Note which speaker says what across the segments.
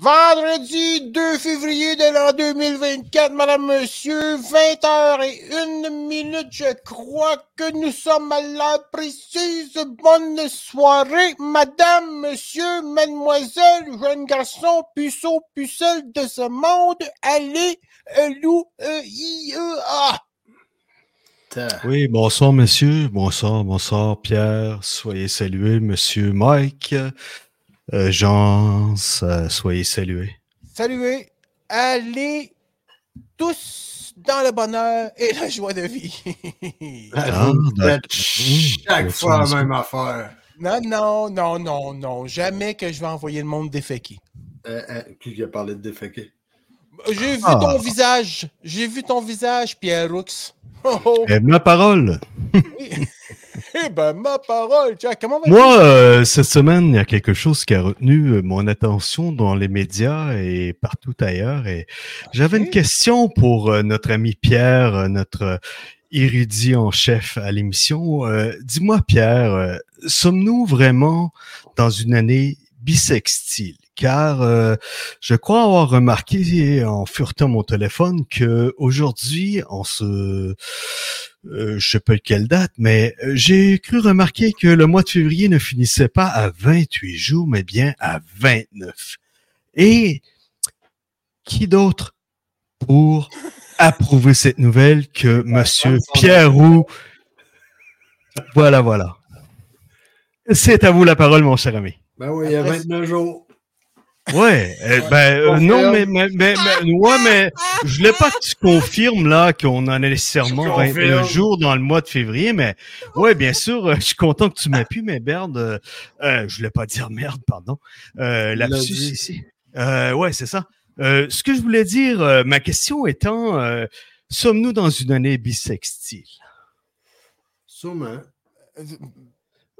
Speaker 1: Vendredi 2 février de l'an 2024, madame, monsieur, 20h et 1 minute, je crois que nous sommes à l'heure précise. Bonne soirée, madame, monsieur, mademoiselle, jeune garçon, puceau, pucelle de ce monde. Allez, euh, loup, euh, i, e, a.
Speaker 2: Hein?
Speaker 3: Oui, bonsoir, monsieur. Bonsoir, bonsoir, Pierre. Soyez salués, monsieur Mike. Euh, Jean, euh, soyez salués.
Speaker 1: Saluez, allez tous dans le bonheur et la joie de vie.
Speaker 3: Ah,
Speaker 2: Vous faites
Speaker 3: d'accord.
Speaker 2: chaque
Speaker 3: Mmh.
Speaker 2: fois la même affaire.
Speaker 1: non, non, non, non, non. Jamais que je vais envoyer le monde déféqué.
Speaker 2: Euh, euh, qui a parlé de déféquer?
Speaker 1: J'ai vu
Speaker 3: Ah.
Speaker 1: ton visage. J'ai vu ton visage, Pierre Roux. Oh, oh.
Speaker 3: Eh, ma parole.
Speaker 1: Eh ben, ma parole, Jack, comment vas-tu?
Speaker 3: Moi, euh, cette semaine, il y a quelque chose qui a retenu euh, mon attention dans les médias et partout ailleurs. Et j'avais une
Speaker 1: Ok.
Speaker 3: question pour euh, notre ami Pierre, euh, notre euh, érudit en chef à l'émission. Euh, Dis-moi, Pierre, euh, sommes-nous vraiment dans une année bisextile? Car euh, je crois avoir remarqué en furetant mon téléphone que aujourd'hui, en ce euh, je sais pas quelle date, mais euh, j'ai cru remarquer que le mois de février ne finissait pas à 28 jours, mais bien à 29. Et qui d'autre pour approuver cette nouvelle que Monsieur Pierre Roux? Voilà, voilà. C'est à vous la parole, mon cher ami.
Speaker 2: Ben oui, il y a
Speaker 1: Après-
Speaker 2: 29 jours.
Speaker 3: Ouais, euh, ben euh,
Speaker 2: Confirme.
Speaker 3: non, mais, mais, mais, mais- ouais, mais je voulais pas que tu confirmes là qu'on en a
Speaker 2: Je
Speaker 3: nécessairement
Speaker 2: confirme.
Speaker 3: 21 jours dans le mois de février, mais ouais, bien sûr, euh, je suis content que tu m'appuies, mais merde, euh, euh, je voulais pas dire merde, pardon. Euh,
Speaker 2: Il l'a
Speaker 3: lapsus
Speaker 2: dit.
Speaker 3: ici. Euh, ouais, c'est ça. Euh, ce que je voulais dire, euh, ma question étant, euh, sommes-nous dans une année bisextile?
Speaker 2: Sûrement.
Speaker 1: Euh,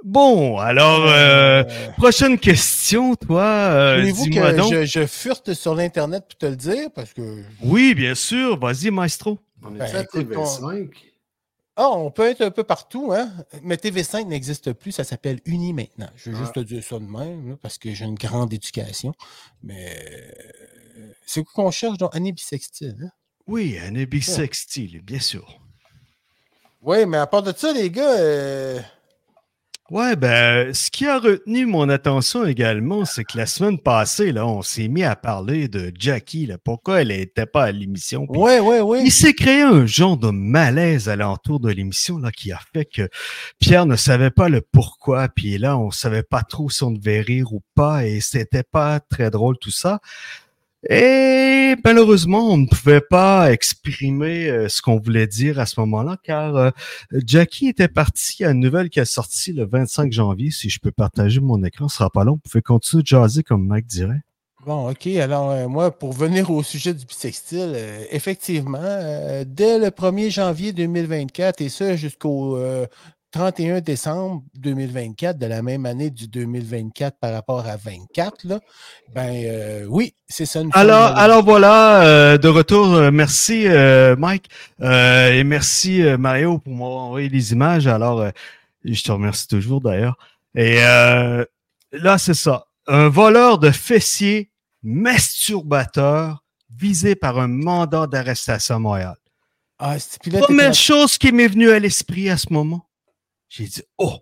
Speaker 3: Bon, alors, euh, prochaine question, toi, euh,
Speaker 1: Voulez-vous
Speaker 3: dis-moi
Speaker 1: que
Speaker 3: donc.
Speaker 1: je, je furte sur l'Internet pour te le dire? Parce que.
Speaker 3: Oui, bien sûr, vas-y, maestro.
Speaker 2: On est
Speaker 1: Ben,
Speaker 2: à
Speaker 1: écoute,
Speaker 2: TV5.
Speaker 1: Ah, on peut être un peu partout, hein? Mais TV5 n'existe plus, ça s'appelle Uni maintenant. Je veux
Speaker 2: Ah.
Speaker 1: juste te dire ça de même, là, parce que j'ai une grande éducation. Mais. euh, C'est quoi qu'on cherche dans Année bisextile? hein?
Speaker 3: Oui, année bisextile, bien sûr.
Speaker 1: Oui, mais à part de ça, les gars, euh,
Speaker 3: Ouais, ben, ce qui a retenu mon attention également, c'est que la semaine passée, là, on s'est mis à parler de Jackie, là, pourquoi elle n'était pas à l'émission. puis
Speaker 1: ouais, ouais, ouais.
Speaker 3: Il s'est créé un genre de malaise à l'entour de l'émission là qui a fait que Pierre ne savait pas le pourquoi, puis là on savait pas trop si on devait rire ou pas et c'était pas très drôle tout ça. Et malheureusement, on ne pouvait pas exprimer euh, ce qu'on voulait dire à ce moment-là car euh, Jackie était parti à une nouvelle qui a sorti le 25 janvier. Si je peux partager mon écran, ce sera pas long. Vous pouvez continuer de jaser comme Mike dirait.
Speaker 1: Bon, OK. Alors, euh, moi, pour venir au sujet du bisextile, euh, effectivement, euh, dès le 1er janvier 2024, et ce jusqu'au euh, 31 décembre 2024, de la même année du 2024 par rapport à 24, là, ben euh, oui, c'est ça. une
Speaker 3: Alors,
Speaker 1: forme-
Speaker 3: alors voilà, euh, de retour. euh, merci euh, Mike euh, et merci euh, Mario pour m'avoir envoyé les images. Alors, euh, je te remercie toujours d'ailleurs. Et euh, là, c'est ça. Un voleur de fessiers masturbateur visé par un mandat d'arrestation à Montréal.
Speaker 1: Ah, c'est- puis là, t'es
Speaker 3: Première
Speaker 1: comme-
Speaker 3: chose qui m'est venue à l'esprit à ce moment, j'ai dit Oh,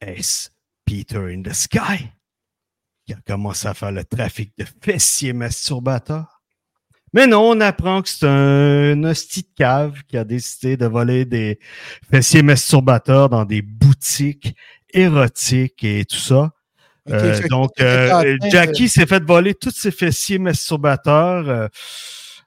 Speaker 3: est-ce Peter in the Sky qui a commencé à faire le trafic de fessiers masturbateurs? Mais non, on apprend que c'est un hostie de cave qui a décidé de voler des fessiers masturbateurs dans des boutiques érotiques et tout ça.
Speaker 1: OK,
Speaker 3: Euh,
Speaker 1: fait que
Speaker 3: donc,
Speaker 1: t'étais en
Speaker 3: euh,
Speaker 1: train de-
Speaker 3: Jackie s'est fait voler tous ses fessiers masturbateurs. euh,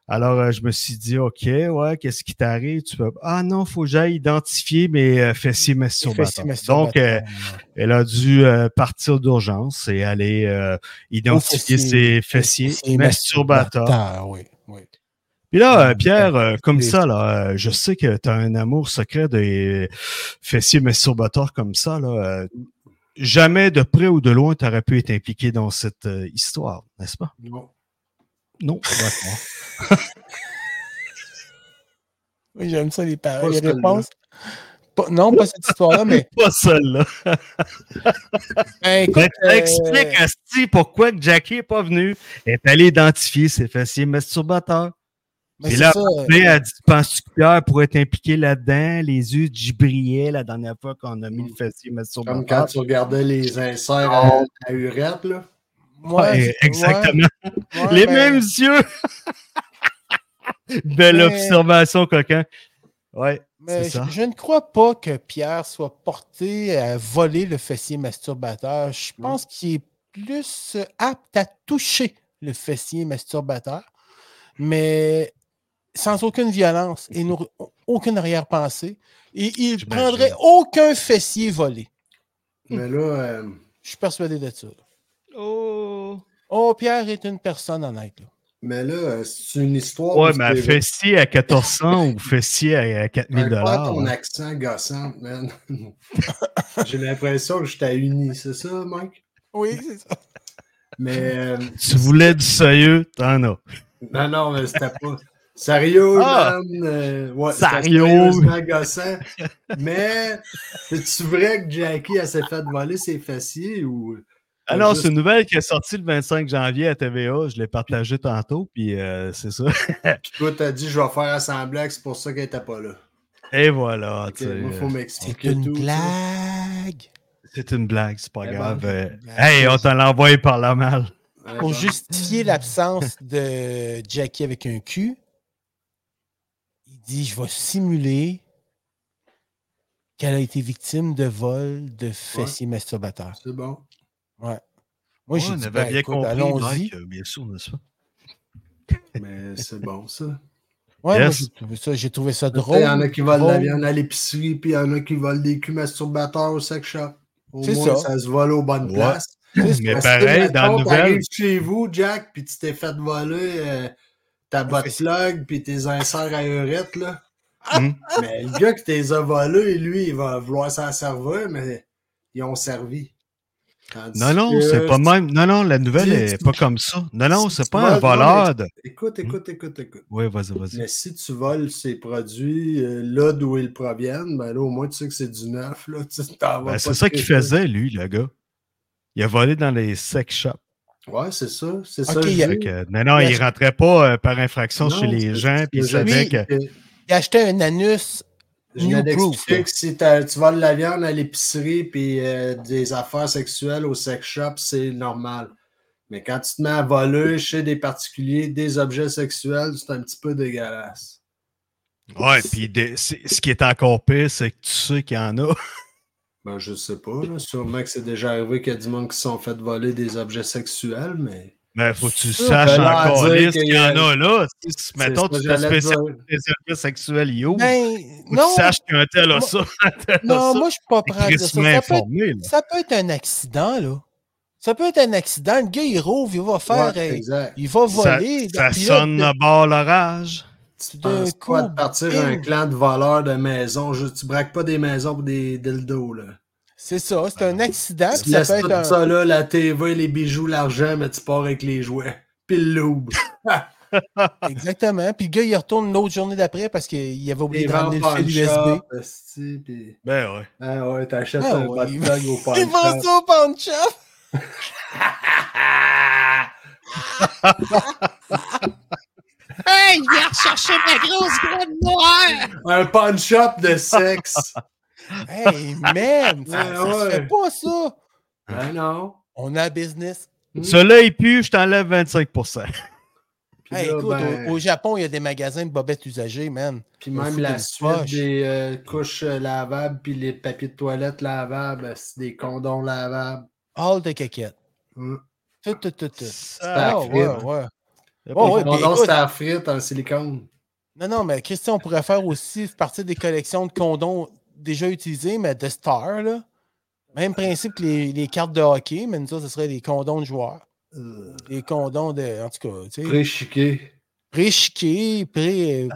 Speaker 3: alors, euh, je me suis dit, OK, ouais, qu'est-ce qui t'arrive? Tu peux... Ah non, faut que j'aille identifier mes euh,
Speaker 1: Fessiers
Speaker 3: fessiers masturbateurs. Donc, euh,
Speaker 1: masturbateurs.
Speaker 3: elle a dû euh, partir d'urgence et aller euh, identifier
Speaker 1: fessiers-
Speaker 3: ses fessiers
Speaker 1: Fessiers
Speaker 3: masturbateurs.
Speaker 1: oui, oui.
Speaker 3: Puis là, euh,
Speaker 1: Ouais,
Speaker 3: Pierre,
Speaker 1: ouais.
Speaker 3: euh, comme
Speaker 1: Et-
Speaker 3: ça, là, euh, je sais que tu as un amour secret des fessiers masturbateurs comme ça. Là, euh, jamais de près ou de loin, tu aurais pu être impliqué dans cette euh, histoire, n'est-ce pas?
Speaker 2: Non.
Speaker 3: Non, d'accord.
Speaker 1: Oui, j'aime ça, les, paroles,
Speaker 2: Pas
Speaker 1: les
Speaker 2: celle-là.
Speaker 1: réponses. Pas- non, pas cette histoire-là, mais.
Speaker 3: Pas celle-là.
Speaker 1: Ben, écoute,
Speaker 3: Fait que
Speaker 1: euh,
Speaker 3: Explique, Asti, pourquoi que Jackie n'est pas venu. Elle est allée identifier ses fessiers masturbateurs.
Speaker 1: ben,
Speaker 3: Puis
Speaker 1: c'est
Speaker 3: là,
Speaker 1: ça.
Speaker 3: Après, elle dit Penses-tu que Pierre pourrait être impliqué là-dedans Les yeux de Jibriel, la dernière fois qu'on a mis
Speaker 1: Mm.
Speaker 3: le fessier
Speaker 2: Comme quand
Speaker 3: masturbateur.
Speaker 2: tu regardais les inserts à, à Urette, là.
Speaker 1: Ouais,
Speaker 3: Ouais,
Speaker 1: c'est-
Speaker 3: exactement.
Speaker 1: ouais, ouais,
Speaker 3: Les
Speaker 1: ben,
Speaker 3: mêmes yeux. Belle
Speaker 1: Mais-
Speaker 3: observation, coquin. Ouais.
Speaker 1: mais
Speaker 3: c'est
Speaker 1: je,
Speaker 3: ça.
Speaker 1: je ne crois pas que Pierre soit porté à voler le fessier masturbateur. Je pense qu'il est plus apte à toucher le fessier masturbateur, mais sans aucune violence et n'aur- aucune arrière-pensée. Et il
Speaker 3: J'imagine.
Speaker 1: prendrait aucun fessier volé.
Speaker 2: Mais là, euh,
Speaker 1: Je suis persuadé de ça.
Speaker 3: Oh.
Speaker 1: Oh, Pierre est une personne honnête. là.
Speaker 2: mais là euh, c'est une histoire.
Speaker 3: Ouais,
Speaker 2: où
Speaker 3: mais
Speaker 2: c'est-
Speaker 3: fessier à 1400 ou fessier à 4000
Speaker 2: Peu importe
Speaker 3: dollars. hein.
Speaker 2: ton accent gossant, man. J'ai l'impression que je t'ai uni, c'est ça, Mike?
Speaker 1: Oui, c'est ça.
Speaker 2: Mais euh,
Speaker 3: Tu voulais du sérieux, t'en as.
Speaker 2: non, non, mais c'était pas. Sérieux,
Speaker 3: Ah!
Speaker 2: man. euh, ouais,
Speaker 3: Sérieux.
Speaker 2: Sérieusement gossant. Mais c'est-tu vrai que Jackie elle s'est fait voler ses fessiers ou.
Speaker 3: Alors,
Speaker 2: Juste-
Speaker 3: c'est une nouvelle qui est sortie le 25 janvier à TVA. Je l'ai partagée tantôt, puis euh, c'est ça.
Speaker 2: Puis toi, t'as dit, je vais faire assembler, c'est pour ça qu'elle était pas là.
Speaker 3: Et voilà.
Speaker 2: Ok,
Speaker 3: tu sais,
Speaker 2: moi,
Speaker 3: euh,
Speaker 2: faut
Speaker 1: C'est
Speaker 2: m'expliquer
Speaker 1: une
Speaker 2: tout. ça.
Speaker 1: blague.
Speaker 3: C'est une blague, c'est pas
Speaker 2: Eh ben,
Speaker 3: grave. euh,
Speaker 1: une blague.
Speaker 3: hey, on t'en l'a envoyé par la malle.
Speaker 2: Ouais,
Speaker 1: Pour
Speaker 2: bon.
Speaker 1: justifier l'absence de Jackie avec un cul, il dit Je vais simuler qu'elle a été victime de vol de fessiers masturbateurs.
Speaker 2: C'est bon.
Speaker 1: Ouais. Moi, j'ai
Speaker 3: Ouais,
Speaker 1: dit
Speaker 3: on avait
Speaker 1: ben,
Speaker 3: bien
Speaker 1: écoute,
Speaker 3: compris,
Speaker 1: allons-y.
Speaker 3: Mike, euh, bien sûr, n'est-ce pas?
Speaker 2: Mais c'est bon, ça.
Speaker 1: Ouais, moi,
Speaker 3: Yes.
Speaker 1: j'ai trouvé ça, j'ai trouvé ça
Speaker 2: Il
Speaker 1: drôle.
Speaker 2: y en a qui volent
Speaker 1: drôle.
Speaker 2: la viande à l'épicerie, puis il y en a qui volent des culs masturbateurs au sex shop. Au
Speaker 1: C'est
Speaker 2: moins,
Speaker 1: ça.
Speaker 2: ça. se vole aux bonnes
Speaker 3: Ouais.
Speaker 2: places.
Speaker 3: Mais
Speaker 2: Parce que,
Speaker 3: pareil, dans la
Speaker 2: mettons,
Speaker 3: nouvelle,
Speaker 2: t'arrives chez vous, Jack, puis tu t'es fait voler euh, ta botte plug, puis tes inserts à urette, là.
Speaker 3: Hmm.
Speaker 2: mais le gars qui t'es a volés, lui, il va vouloir s'en servir, mais ils ont servi. Tandis
Speaker 3: non, non,
Speaker 2: que-
Speaker 3: c'est pas même. Non, non, la nouvelle
Speaker 2: dis-
Speaker 3: est pas comme ça. Non, non,
Speaker 2: si
Speaker 3: c'est
Speaker 2: tu
Speaker 3: pas un
Speaker 2: voles, non,
Speaker 3: voleur. de-
Speaker 2: Écoute, écoute, écoute, écoute.
Speaker 3: Oui, vas-y, vas-y.
Speaker 2: Mais si tu voles ces produits euh, là d'où ils proviennent, ben là, au moins tu sais que c'est du neuf. Là. Tu t'en vas
Speaker 3: Ben,
Speaker 2: pas
Speaker 3: c'est
Speaker 2: te
Speaker 3: ça qu'il
Speaker 2: cacher.
Speaker 3: faisait, lui, le gars. Il a volé dans les sex shops.
Speaker 2: Ouais, c'est ça. C'est
Speaker 1: Ok,
Speaker 2: ça.
Speaker 1: il y a-
Speaker 3: Fait que, non, non,
Speaker 1: Mais-
Speaker 3: il rentrait pas euh, par infraction
Speaker 2: Non,
Speaker 3: chez les
Speaker 2: c'est-
Speaker 3: gens, puis il
Speaker 2: c'est-
Speaker 1: oui.
Speaker 3: savait que.
Speaker 1: Il achetait un anus.
Speaker 2: Je viens
Speaker 1: New proof,
Speaker 2: d'expliquer
Speaker 1: là.
Speaker 2: que si t'as- tu voles la viande à l'épicerie puis euh, des affaires sexuelles au sex shop, c'est normal. Mais quand tu te mets à voler chez des particuliers des objets sexuels, c'est un petit peu dégueulasse.
Speaker 3: Ouais, puis des- c'est- ce qui est encore pire, c'est que tu sais qu'il y en a.
Speaker 2: Ben, je sais pas. là. Sûrement que c'est déjà arrivé qu'il y a du monde qui se sont fait voler des objets sexuels, mais.
Speaker 3: Mais faut que tu
Speaker 2: Ça,
Speaker 3: saches
Speaker 2: ben là, à
Speaker 3: encore
Speaker 2: dire
Speaker 3: liste
Speaker 2: qu'il
Speaker 3: qu'il
Speaker 2: y
Speaker 3: y
Speaker 2: a-
Speaker 3: en a là. Si, si,
Speaker 2: C'est
Speaker 3: mettons,
Speaker 2: ça
Speaker 3: tu
Speaker 2: que
Speaker 3: fais
Speaker 2: j'allais
Speaker 3: spécial
Speaker 2: dire.
Speaker 3: des services sexuels, yo.
Speaker 1: Ben,
Speaker 3: faut que
Speaker 1: non,
Speaker 3: tu saches qu'un tel a
Speaker 1: Moi-
Speaker 3: ça.
Speaker 1: non,
Speaker 3: ça,
Speaker 1: moi, je suis pas
Speaker 3: T'es
Speaker 1: prêt à dire ça.
Speaker 3: tristement
Speaker 1: Ça peut être
Speaker 3: informé, là.
Speaker 1: Ça peut être un accident, là. Ça peut être un accident. Le gars, il rouvre, il va faire.
Speaker 2: Ouais,
Speaker 1: euh,
Speaker 2: exact.
Speaker 1: il va voler.
Speaker 3: Ça, ça
Speaker 1: puis là,
Speaker 3: sonne
Speaker 1: de-
Speaker 3: à bord l'orage.
Speaker 2: Tu
Speaker 1: D'un
Speaker 2: penses pas
Speaker 1: coup,
Speaker 2: de partir un
Speaker 1: bing.
Speaker 2: clan de voleurs de maisons. Je- tu braques pas des maisons pour des dildos, là.
Speaker 1: C'est ça, c'est un accident.
Speaker 2: Tu
Speaker 1: puis ça
Speaker 2: laisses
Speaker 1: peut
Speaker 2: tout
Speaker 1: être un.
Speaker 2: ça là, la TV, les bijoux, l'argent, mais tu pars avec les jouets. Puis le loup.
Speaker 1: Exactement. Puis le gars, il retourne l'autre journée d'après parce qu'il avait
Speaker 2: Les
Speaker 1: oublié
Speaker 2: ventes
Speaker 1: d'emmener le fil USB.
Speaker 2: USB. Puis...
Speaker 3: Ben ouais.
Speaker 2: Ah ouais, t'achètes
Speaker 1: Ah
Speaker 2: un
Speaker 1: ouais,
Speaker 2: hot
Speaker 1: il-
Speaker 2: dog au
Speaker 1: Il va
Speaker 2: punch
Speaker 1: ça au pawn shop.
Speaker 4: Hey, viens rechercher ma grosse graine noire!
Speaker 2: Un punch-up de sexe.
Speaker 1: Hey, man! Ça, ça
Speaker 2: Ouais,
Speaker 1: se
Speaker 2: ouais.
Speaker 1: fait pas, ça.
Speaker 2: ben non.
Speaker 1: On a business.
Speaker 2: Mm.
Speaker 3: Celui-là, il pue, je t'enlève 25
Speaker 2: Puis
Speaker 1: Hey,
Speaker 2: là,
Speaker 1: écoute,
Speaker 2: ben,
Speaker 1: au, au Japon, il y a des magasins de bobettes usagées, man.
Speaker 2: puis
Speaker 1: au
Speaker 2: même
Speaker 1: fond
Speaker 2: la
Speaker 1: d'une
Speaker 2: suite
Speaker 1: poche.
Speaker 2: des euh, couches euh, lavables, puis les papiers de toilette lavables, c'est des condoms lavables.
Speaker 1: Hall de caquette.
Speaker 2: Mm.
Speaker 1: Tout, tout, tout, tout.
Speaker 2: la
Speaker 1: Ah,
Speaker 3: Ça,
Speaker 2: frite.
Speaker 1: ouais, ouais.
Speaker 3: Oh,
Speaker 1: ouais,
Speaker 2: les condoms,
Speaker 1: puis écoute-
Speaker 2: c'est à la frite en silicone.
Speaker 1: Non, non, mais Christian, on pourrait faire aussi partie des collections de condoms déjà utilisés, mais de stars, là. Même principe que les, les cartes de hockey, mais nous autres, ce serait des condoms de joueurs.
Speaker 2: Euh,
Speaker 1: Des condoms de. En tout cas, tu sais,
Speaker 2: Pré-chiqué.
Speaker 1: pré-chiqués, pré-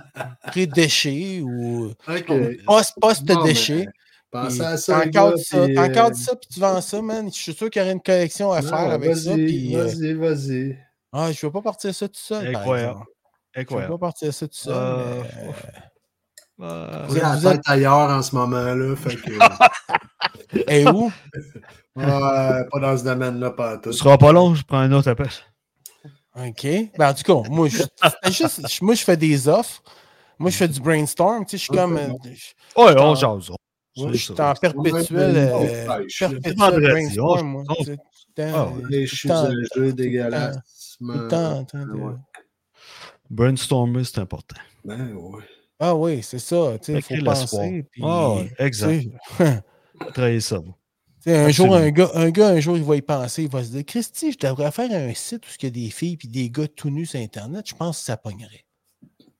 Speaker 1: pré-déchets ou
Speaker 2: Ok.
Speaker 1: post-
Speaker 2: Bon,
Speaker 1: post-déchets.
Speaker 2: Pensez
Speaker 1: Puis
Speaker 2: à ça.
Speaker 1: T'as
Speaker 2: les
Speaker 1: encore
Speaker 2: gars,
Speaker 1: dit ça,
Speaker 2: puis,
Speaker 1: t'as encore
Speaker 2: euh,
Speaker 1: dit ça, puis tu vends ça, man. Je suis sûr qu'il y aurait une collection à
Speaker 2: non,
Speaker 1: faire avec ça.
Speaker 2: vas-y,
Speaker 1: Puis, euh,
Speaker 2: Vas-y, vas-y.
Speaker 1: ah, je veux pas partir ça tout seul. par
Speaker 3: Incroyable.
Speaker 1: exemple. Je veux
Speaker 3: Incroyable.
Speaker 1: pas partir ça tout seul.
Speaker 3: Euh,
Speaker 1: mais, euh,
Speaker 3: Ah,
Speaker 2: Vous la
Speaker 1: vous êtes-
Speaker 2: tête ailleurs en ce moment-là. Fait que,
Speaker 1: Et où?
Speaker 2: Ouais, pas dans ce domaine-là, pas en tout.
Speaker 5: Ce sera pas long, je prends un autre appel.
Speaker 1: OK. Ben, en tout cas, moi, je, c'était juste, je- moi, je fais des offres. Moi, je fais du brainstorm. Tu sais, je suis comme. euh, je-
Speaker 5: Ouais, on jase. on-
Speaker 1: Je
Speaker 5: c'est
Speaker 1: suis
Speaker 5: ça.
Speaker 1: en perpétuel. euh,
Speaker 2: Ouais, je suis-
Speaker 1: perpétuel
Speaker 3: Vendredi,
Speaker 1: brainstorm,
Speaker 3: on-
Speaker 1: moi.
Speaker 3: on-
Speaker 1: tu sais, tout le temps,
Speaker 5: Ah
Speaker 1: euh,
Speaker 2: Les chutes
Speaker 1: temps,
Speaker 2: à jeu dégueulasses.
Speaker 1: tout le
Speaker 2: mais-
Speaker 1: temps, en train de-
Speaker 2: Ouais.
Speaker 5: Brainstormer, c'est important.
Speaker 2: Ben ouais.
Speaker 1: Ah oui, c'est ça. Tu sais,
Speaker 5: Écris
Speaker 1: faut
Speaker 5: le soir.
Speaker 1: penser. puis-
Speaker 5: Ah, ouais,
Speaker 1: tu
Speaker 5: exact.
Speaker 1: sais,
Speaker 5: Travailler ça. vous.
Speaker 1: Tu sais, un jour,
Speaker 5: Absolument.
Speaker 1: un gars, un gars, un jour, il va y penser, il va se dire Christy, je devrais faire un site où il y a des filles et des gars tout nus sur Internet, je pense que ça pognerait.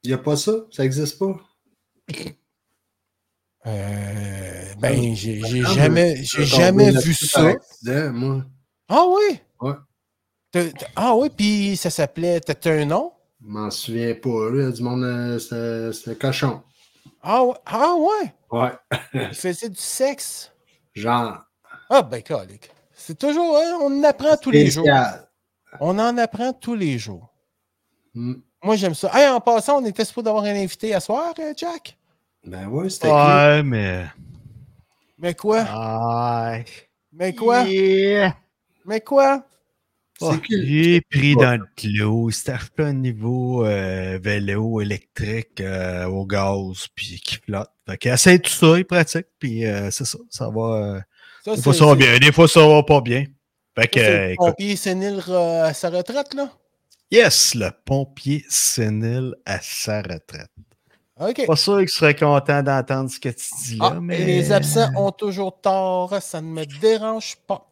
Speaker 2: Il n'y a pas ça, ça n'existe pas.
Speaker 1: Euh, ben, j'ai j'ai
Speaker 2: Ah, mais-
Speaker 1: jamais, j'ai
Speaker 2: J'ai
Speaker 1: jamais
Speaker 2: tombé
Speaker 1: vu
Speaker 2: là-dessus par
Speaker 1: ça.
Speaker 2: accident, Hein, moi.
Speaker 1: Ah oui?
Speaker 2: Ouais.
Speaker 1: T'as- t'as- Ah oui, puis ça s'appelait. T'as un nom?
Speaker 2: Je m'en souviens pas. là, Il y a du monde, euh, c'est c'est cochon.
Speaker 1: Ah ouais? Ah ouais?
Speaker 2: Ouais.
Speaker 1: Il faisait du sexe.
Speaker 2: Genre.
Speaker 1: Ah ben, calique. C'est toujours, hein, on en apprend tous les jours.
Speaker 2: spécial.
Speaker 1: On en apprend tous les jours.
Speaker 2: Hmm.
Speaker 1: Moi, j'aime ça. Hey, en passant, on était supposé d'avoir un invité à soir, euh, Jack?
Speaker 2: Ben ouais, c'était cool.
Speaker 3: Ouais, mais.
Speaker 1: Mais quoi?
Speaker 3: Ouais.
Speaker 1: Mais Ah. quoi? Mais quoi?
Speaker 3: Ah,
Speaker 2: C'est cool.
Speaker 3: il est pris dans le clou. Il s'est acheté un niveau euh, vélo électrique euh, au gaz, puis qui flotte. Fait qu'il essaie tout ça, il pratique, puis euh, c'est ça. Ça va. euh,
Speaker 1: Ça,
Speaker 3: des fois,
Speaker 1: c'est-
Speaker 3: ça va
Speaker 1: c'est-
Speaker 3: bien, des fois, ça va pas bien. Fait que,
Speaker 1: ça, c'est
Speaker 3: euh,
Speaker 1: le
Speaker 3: écoute,
Speaker 1: pompier sénile euh, à sa retraite, là?
Speaker 3: yes, le pompier sénile à sa retraite.
Speaker 1: OK.
Speaker 3: Pas sûr qu'il serait content d'entendre ce que tu dis là,
Speaker 1: Ah,
Speaker 3: mais.
Speaker 1: Les absents ont toujours tort, ça ne me dérange pas.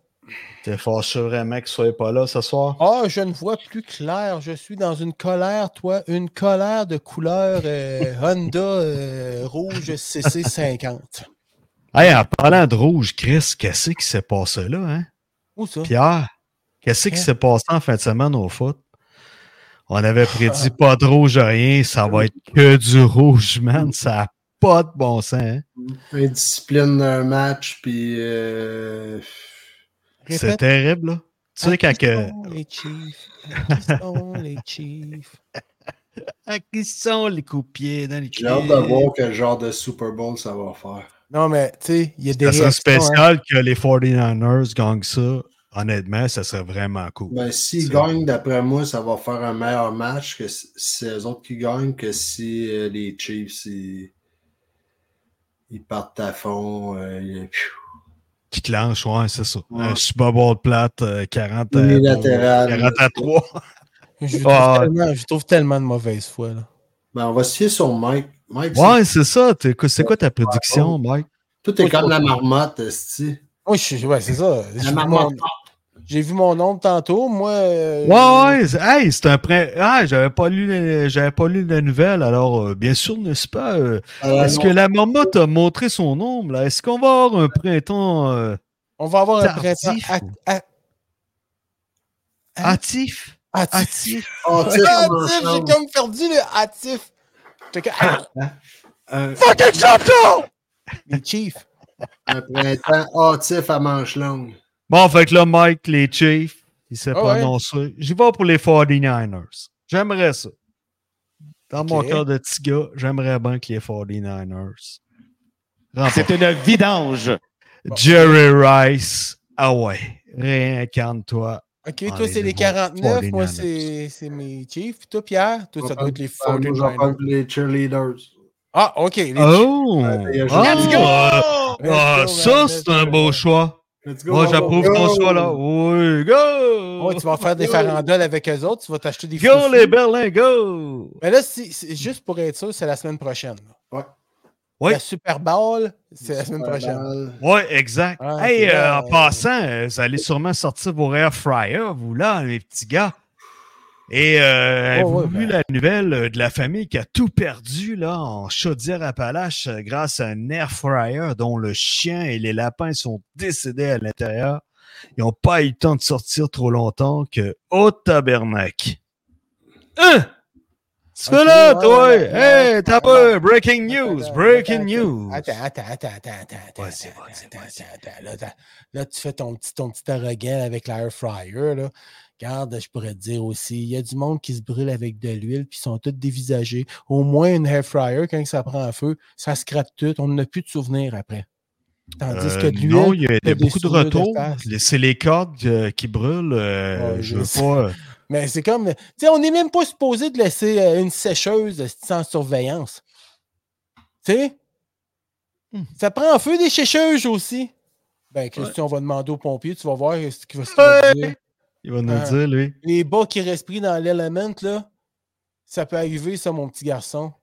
Speaker 3: T'es fâché vraiment qu'il soit pas là ce soir?
Speaker 1: Ah, je ne vois plus clair. Je suis dans une colère, toi. Une colère de couleur euh, Honda euh, rouge CC50.
Speaker 3: Hey, en parlant de rouge, Chris, qu'est-ce qui s'est passé là, hein?
Speaker 1: Où ça?
Speaker 3: Pierre, qu'est-ce qui
Speaker 1: Hein?
Speaker 3: s'est passé en fin de semaine au foot? On avait prédit pas de rouge à rien, ça va être que du rouge, man. Ça n'a pas de bon sens. hein.
Speaker 2: Indiscipline d'un match, puis. euh,
Speaker 3: C'est terrible, là. Tu sais, quand que.
Speaker 1: Les Chiefs. À qui sont les Chiefs?
Speaker 3: À qui sont les coupiers dans les
Speaker 2: J'ai hâte de voir quel genre de Super Bowl ça va faire.
Speaker 1: Non, mais tu sais, il y a des.
Speaker 3: Ça
Speaker 1: réactions,
Speaker 3: serait
Speaker 1: hein.
Speaker 3: spécial que les 49ers gagnent ça. Honnêtement, ça serait vraiment cool.
Speaker 2: Ben, s'ils
Speaker 3: C'est-
Speaker 2: gagnent, d'après moi, ça va faire un meilleur match que si c'est eux autres qui gagnent que si euh, les Chiefs ils, ils partent à fond. euh, ils- pfiou,
Speaker 3: Qui clenche, ouais, c'est ça.
Speaker 2: Ouais.
Speaker 3: Un Super Bowl plate, euh, 40 à-
Speaker 2: Unilatéral.
Speaker 3: 40 à 3.
Speaker 1: Je trouve,
Speaker 3: Ah.
Speaker 1: tellement, je trouve tellement de mauvaise foi, là.
Speaker 2: Ben, on va se fier sur Mike. Mike, c'est-
Speaker 3: Ouais, c'est ça. T'es- C'est quoi ta prédiction, Mike?
Speaker 2: tout est comme la marmotte, esti.
Speaker 1: Oui, je suis- ouais, c'est ça. J'ai
Speaker 2: La
Speaker 1: vu,
Speaker 2: marmotte.
Speaker 1: mon, j'ai vu mon nombre tantôt. Moi. euh,
Speaker 3: Ouais, ouais, c'est- hey, c'est un print. Ah, j'avais pas lu, les- j'avais pas lu la nouvelle. Alors, euh, bien sûr, n'est-ce pas euh,
Speaker 1: Ben
Speaker 2: Euh,
Speaker 3: Est-ce
Speaker 2: non,
Speaker 3: que la marmotte a montré son ombre là? Est-ce qu'on va avoir un printemps euh,
Speaker 1: On va avoir un
Speaker 3: Tardif,
Speaker 1: printemps à-
Speaker 3: ou-
Speaker 1: à- Hein?
Speaker 3: hâtif,
Speaker 1: hâtif.
Speaker 3: hâtif?
Speaker 2: on tire
Speaker 1: Ah,
Speaker 2: comme un
Speaker 1: hâtif,
Speaker 2: champ.
Speaker 1: J'ai comme perdu le hâtif. J'étais comme, ah,
Speaker 3: Ah.
Speaker 2: Un-
Speaker 1: fucking champion! Les Chiefs.
Speaker 2: Un printemps hâtif à manche longue.
Speaker 3: Bon, fait que là, Mike, les Chiefs, il s'est
Speaker 1: Ah ouais.
Speaker 3: prononcé. J'y vais pour les 49ers. J'aimerais ça. Dans mon
Speaker 1: Ok.
Speaker 3: cœur de petit gars, j'aimerais bien que les 49ers. remportent.
Speaker 5: C'était le vidange.
Speaker 3: Jerry Rice. Ah ouais, réincarne-toi.
Speaker 1: Ok,
Speaker 3: Ah,
Speaker 1: toi,
Speaker 3: les
Speaker 1: c'est les
Speaker 3: Niners.
Speaker 1: 49.
Speaker 3: Oh,
Speaker 1: Moi,
Speaker 3: les
Speaker 1: c'est c'est mes Chiefs. Puis toi, Pierre, toi, ça doit être les
Speaker 2: Ah, moi, j'en
Speaker 1: 49
Speaker 2: parle pour les cheerleaders.
Speaker 1: Ah, ok. Les Chiefs.
Speaker 3: Oh!
Speaker 2: il y a
Speaker 3: Ah,
Speaker 2: Let's
Speaker 3: ah,
Speaker 1: go!
Speaker 3: ah, ça, c'est un beau choix.
Speaker 2: Let's go,
Speaker 3: Moi,
Speaker 2: on va-
Speaker 3: j'approuve
Speaker 2: go!
Speaker 3: ton choix là. Oui, go!
Speaker 1: Oh, tu vas faire des
Speaker 2: Go!
Speaker 1: farandoles avec eux autres. Tu vas t'acheter des
Speaker 3: Go
Speaker 1: foufous.
Speaker 3: les Berlins, go!
Speaker 1: Mais là, c'est c'est juste pour être sûr, c'est la semaine prochaine. là.
Speaker 3: Oui.
Speaker 1: La Super Bowl, c'est la semaine prochaine.
Speaker 3: Ouais, exact.
Speaker 1: Ah,
Speaker 3: hey,
Speaker 1: c'est
Speaker 3: euh,
Speaker 1: là,
Speaker 3: en
Speaker 1: euh,
Speaker 3: passant, euh, vous allez sûrement sortir vos air fryers, vous là, hein, les petits gars. Et euh,
Speaker 1: Oh,
Speaker 3: avez-vous
Speaker 1: ouais,
Speaker 3: vu la nouvelle euh, de la famille qui a tout perdu là en Chaudière-Appalaches euh, grâce à un air fryer dont le chien et les lapins sont décédés à l'intérieur. Ils n'ont pas eu le temps de sortir trop longtemps que au tabernacle. Hein? Tu fais
Speaker 1: Ok,
Speaker 3: là,
Speaker 1: ouais,
Speaker 3: toi?
Speaker 1: ouais, ouais. Ah, bah.
Speaker 3: hey, t'as pas breaking news,
Speaker 1: Attends,
Speaker 3: breaking
Speaker 1: attends,
Speaker 3: news.
Speaker 1: Attends, attends, attends, attends, attends, attends,
Speaker 3: Vas-y,
Speaker 1: attends,
Speaker 3: vas-y,
Speaker 1: attends,
Speaker 3: vas-y.
Speaker 1: attends, attends, là, attends. Là, tu fais ton petit, ton petit arrogant avec l'air fryer, là. Regarde, je pourrais te dire aussi, il y a du monde qui se brûle avec de l'huile, puis ils sont tous dévisagés. Au moins, une hair fryer, quand ça prend un feu, ça scrape tout. On n'a plus de souvenirs après. Tandis
Speaker 3: Euh,
Speaker 1: que de l'huile,
Speaker 3: non, il y a, il y a
Speaker 1: t'as des
Speaker 3: beaucoup de
Speaker 1: souvenirs
Speaker 3: retours.
Speaker 1: d'espace.
Speaker 3: Les- C'est les cordes euh, qui brûlent.
Speaker 1: Ouais,
Speaker 3: euh, je
Speaker 1: je
Speaker 3: veux
Speaker 1: sais.
Speaker 3: pas. euh,
Speaker 1: Mais c'est comme. Tu sais, on n'est même pas supposé de laisser euh, une sécheuse euh, sans surveillance. Tu sais?
Speaker 3: Hmm.
Speaker 1: Ça prend un feu des sécheuses aussi. Ben, Christian, on va demander aux pompiers, tu vas voir ce qu'il va se
Speaker 3: Ouais.
Speaker 1: dire.
Speaker 3: il va nous
Speaker 1: Ah.
Speaker 3: dire, lui.
Speaker 1: Les bas qui restent pris dans l'element, là, ça peut arriver, ça, mon petit garçon.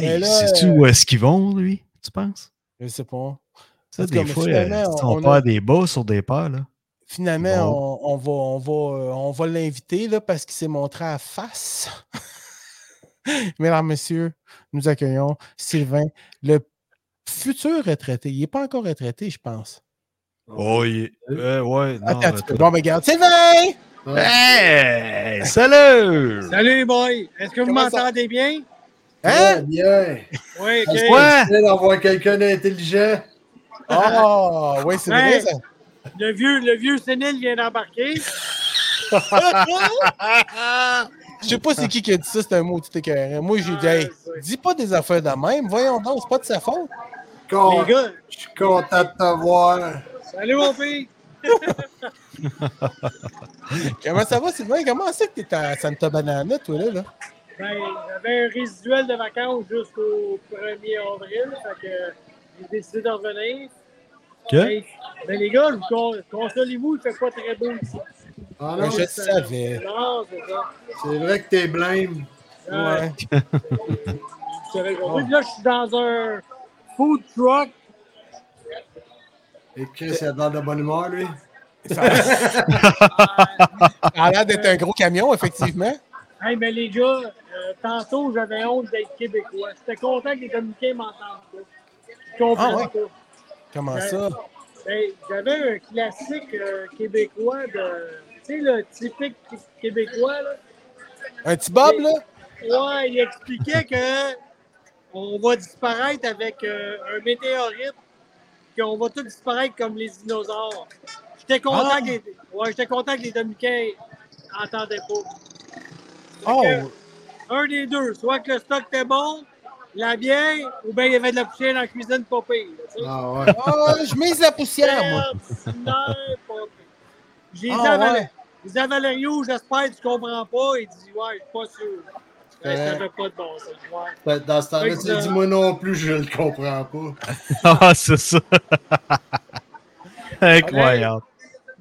Speaker 1: Mais
Speaker 3: Hey,
Speaker 1: là,
Speaker 3: Sais-tu
Speaker 1: euh,
Speaker 3: où est-ce qu'ils vont, lui, tu penses?
Speaker 1: Je sais pas.
Speaker 3: Ça,
Speaker 1: En tout
Speaker 3: des
Speaker 1: cas, mais
Speaker 3: fois,
Speaker 1: finalement,
Speaker 3: euh, si on,
Speaker 1: on a-
Speaker 3: perd des bas sur des peurs, là.
Speaker 1: Finalement,
Speaker 3: Bon.
Speaker 1: on, on va, on va, euh, on va l'inviter là, parce qu'il s'est montré à face. Mesdames, Messieurs, nous accueillons Sylvain, le futur retraité. Il n'est pas encore retraité, je pense.
Speaker 3: Oh, il- euh, ouais, non,
Speaker 1: Ah. Attends, un petit
Speaker 3: attends.
Speaker 1: peu. bon, mais regarde, Sylvain!
Speaker 3: Hein? Hey! Salut!
Speaker 6: Salut, boy. Est-ce que vous
Speaker 1: Comment ça-
Speaker 6: m'entendez bien?
Speaker 1: Hein?
Speaker 2: Très bien.
Speaker 6: Oui,
Speaker 2: Je
Speaker 6: OK.
Speaker 3: Ouais!
Speaker 2: C'est d'avoir quelqu'un d'intelligent.
Speaker 1: Ah, oui, c'est vrai.
Speaker 6: Hey.
Speaker 1: Ça.
Speaker 6: Le vieux, le vieux sénile vient d'embarquer.
Speaker 1: Je sais pas c'est qui qui a dit ça, c'est un mot tout écœurant. Moi, j'ai dit, hey, dis pas des affaires de même, voyons donc, c'est pas de sa faute.
Speaker 2: Con-
Speaker 1: Oh.
Speaker 6: Les gars,
Speaker 2: Je suis content de te voir.
Speaker 6: salut, mon fils.
Speaker 1: Comment ça va, Sylvain? Comment ça que t'es à Santa Banana, toi, là? là?
Speaker 6: Ben, j'avais un résiduel de vacances jusqu'au 1er avril. Fait que j'ai décidé d'en revenir.
Speaker 3: Que?
Speaker 6: Ben, ben, les gars, je vous con- consolez-vous, il fait pas très beau ici.
Speaker 2: Ah
Speaker 1: Ben,
Speaker 2: non,
Speaker 1: je
Speaker 6: c'est-
Speaker 1: savais.
Speaker 6: Non, c'est ça.
Speaker 2: C'est vrai que t'es blême.
Speaker 6: Euh,
Speaker 1: Ouais. Oh.
Speaker 6: c'est vrai, aujourd'hui, Là, je suis dans un food truck.
Speaker 2: Et Chris, il a de l'air de bonne humeur, lui.
Speaker 6: Euh,
Speaker 1: Ça a l'air d'être un gros camion, effectivement.
Speaker 6: Hey, mais les gars, euh, tantôt, j'avais honte d'être québécois. J'étais content que les communiqués m'entendent pas. Je comprends
Speaker 1: Ah
Speaker 6: pas.
Speaker 1: Comment
Speaker 6: Ben,
Speaker 1: ça?
Speaker 6: ben, j'avais un classique euh, québécois de. Tu sais, le typique québécois, là.
Speaker 1: Un petit Bob, là?
Speaker 6: Ouais, il expliquait que on va disparaître avec euh, un météorite, qu'on va tous disparaître comme les dinosaures. J'étais content,
Speaker 1: Ah!
Speaker 6: que les- ouais, j'étais content que les Dominicains n'entendaient pas. euh,
Speaker 1: Oh!
Speaker 6: Un des deux, soit que le stock était bon, la vieille, ou bien il y avait de la poussière dans la cuisine pas pire. tu sais.
Speaker 2: Ah ouais.
Speaker 1: Ah, je mise la poussière, moi!
Speaker 6: Ordinaire, pas pire. J'ai dit
Speaker 1: Ah,
Speaker 6: à Val-
Speaker 1: ouais.
Speaker 6: j'ai dit à Valerio, j'espère que tu comprends pas. Il dit, ouais, je suis pas sûr. Ben, ça
Speaker 2: Ouais.
Speaker 6: fait pas de bon sens. Ouais.
Speaker 2: Fait que Dans ce temps-là, tu
Speaker 6: Exact.
Speaker 2: dis moi non plus, je le comprends pas.
Speaker 3: Ah, c'est ça! Incroyable!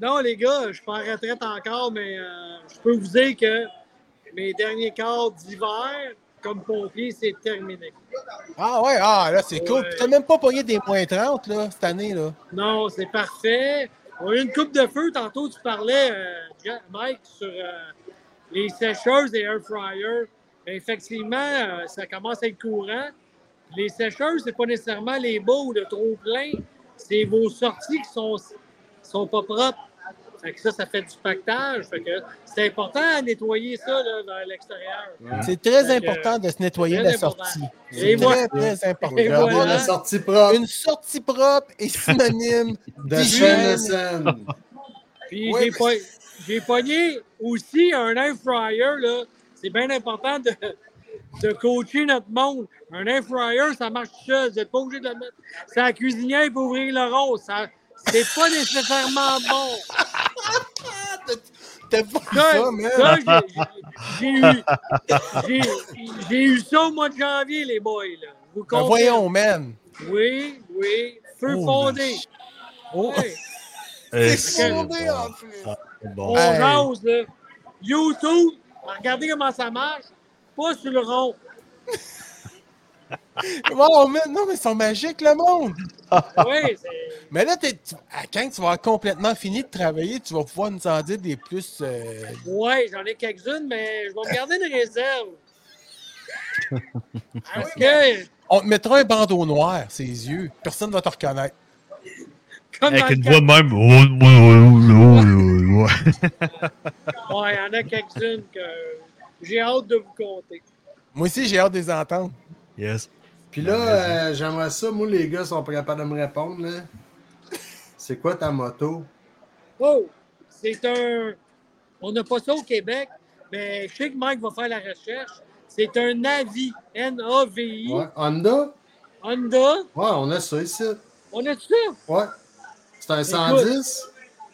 Speaker 6: Non, les gars, je suis pas en retraite encore, mais euh, je peux vous dire que mes derniers quarts d'hiver, comme pompier, c'est terminé.
Speaker 1: Ah ouais, ah là, c'est cool.
Speaker 6: Ouais.
Speaker 1: Puis T'as même pas pogné des moins 30, là, cette année, là.
Speaker 6: Non, c'est parfait. On a eu une coupe de feu. Tantôt, tu parlais, euh, Ja- Mike, sur euh, les sécheuses et air fryer. Ben, Effectivement, euh, ça commence à être courant. Les sécheuses, c'est pas nécessairement les bas ou le trop plein. C'est vos sorties qui sont, sont pas propres. Fait que ça, ça fait du pactage. Fait que c'est important à nettoyer ça là, vers l'extérieur.
Speaker 1: C'est très
Speaker 6: Fait que,
Speaker 1: important de se nettoyer
Speaker 6: très
Speaker 1: la
Speaker 6: important.
Speaker 1: sortie.
Speaker 6: Et
Speaker 1: C'est très,
Speaker 6: voilà.
Speaker 1: très important.
Speaker 6: Et
Speaker 2: Regardez
Speaker 6: voilà.
Speaker 2: la sortie propre
Speaker 1: Une sortie propre est synonyme
Speaker 2: de
Speaker 1: d'hygiène.
Speaker 2: chaîne scène.
Speaker 6: Puis
Speaker 1: Ouais,
Speaker 6: j'ai
Speaker 1: mais-
Speaker 6: po- j'ai pogné aussi un air fryer, là. C'est bien important de, de coacher notre monde. Un air fryer, ça marche tout seul. Vous n'êtes pas obligé de le mettre. C'est la cuisinière pour ouvrir le rond. Ça, c'est pas nécessairement bon.
Speaker 1: Ah, t'as- T'as pas vu
Speaker 6: Ça,
Speaker 1: ça, man? Ben,
Speaker 6: ça, j'ai- j'ai eu- j'ai j'ai eu ça au mois de janvier, les boys. Là. Vous
Speaker 1: Ben
Speaker 6: comprenez?
Speaker 1: voyons, man.
Speaker 6: Oui, oui. Feu
Speaker 3: Oh,
Speaker 6: fondé.
Speaker 1: Oh.
Speaker 6: Ouais.
Speaker 3: Eh,
Speaker 1: C'est fondé,
Speaker 3: bon.
Speaker 1: en plus.
Speaker 6: On
Speaker 3: Bon.
Speaker 1: Hey.
Speaker 6: jase, là. YouTube, regardez comment ça marche. Pas sur le rond.
Speaker 1: Wow, man, non, mais ils sont magiques, le monde.
Speaker 6: Oui, c'est.
Speaker 1: Mais là, t'es- tu-
Speaker 7: ah,
Speaker 1: à quand tu vas avoir complètement fini de travailler, tu vas pouvoir nous en dire des plus. euh,
Speaker 6: Ouais, j'en ai quelques-unes, mais je vais me garder une réserve. Parce que,
Speaker 1: On te mettra un bandeau noir, ses yeux. Personne ne va te reconnaître.
Speaker 6: comme dans
Speaker 3: Avec une
Speaker 6: le
Speaker 3: voix de même. Oh, oh, oh, oh, oh, oh.
Speaker 6: cas- Ouais, il y en a quelques-unes que j'ai hâte de vous compter.
Speaker 1: Moi aussi, j'ai hâte de les entendre.
Speaker 3: Yes.
Speaker 2: Puis là, euh, j'aimerais ça, moi, les gars, sont pas capables de me répondre. là. C'est quoi ta moto?
Speaker 6: Oh! C'est un On n'a pas ça au Québec, mais je sais que Mike va faire la recherche. C'est un avis, N-A-V-I,
Speaker 2: Ouais. Honda?
Speaker 6: Honda.
Speaker 2: Ouais, on a ça ici.
Speaker 6: On a tout ça?
Speaker 2: Ouais. C'est un 110?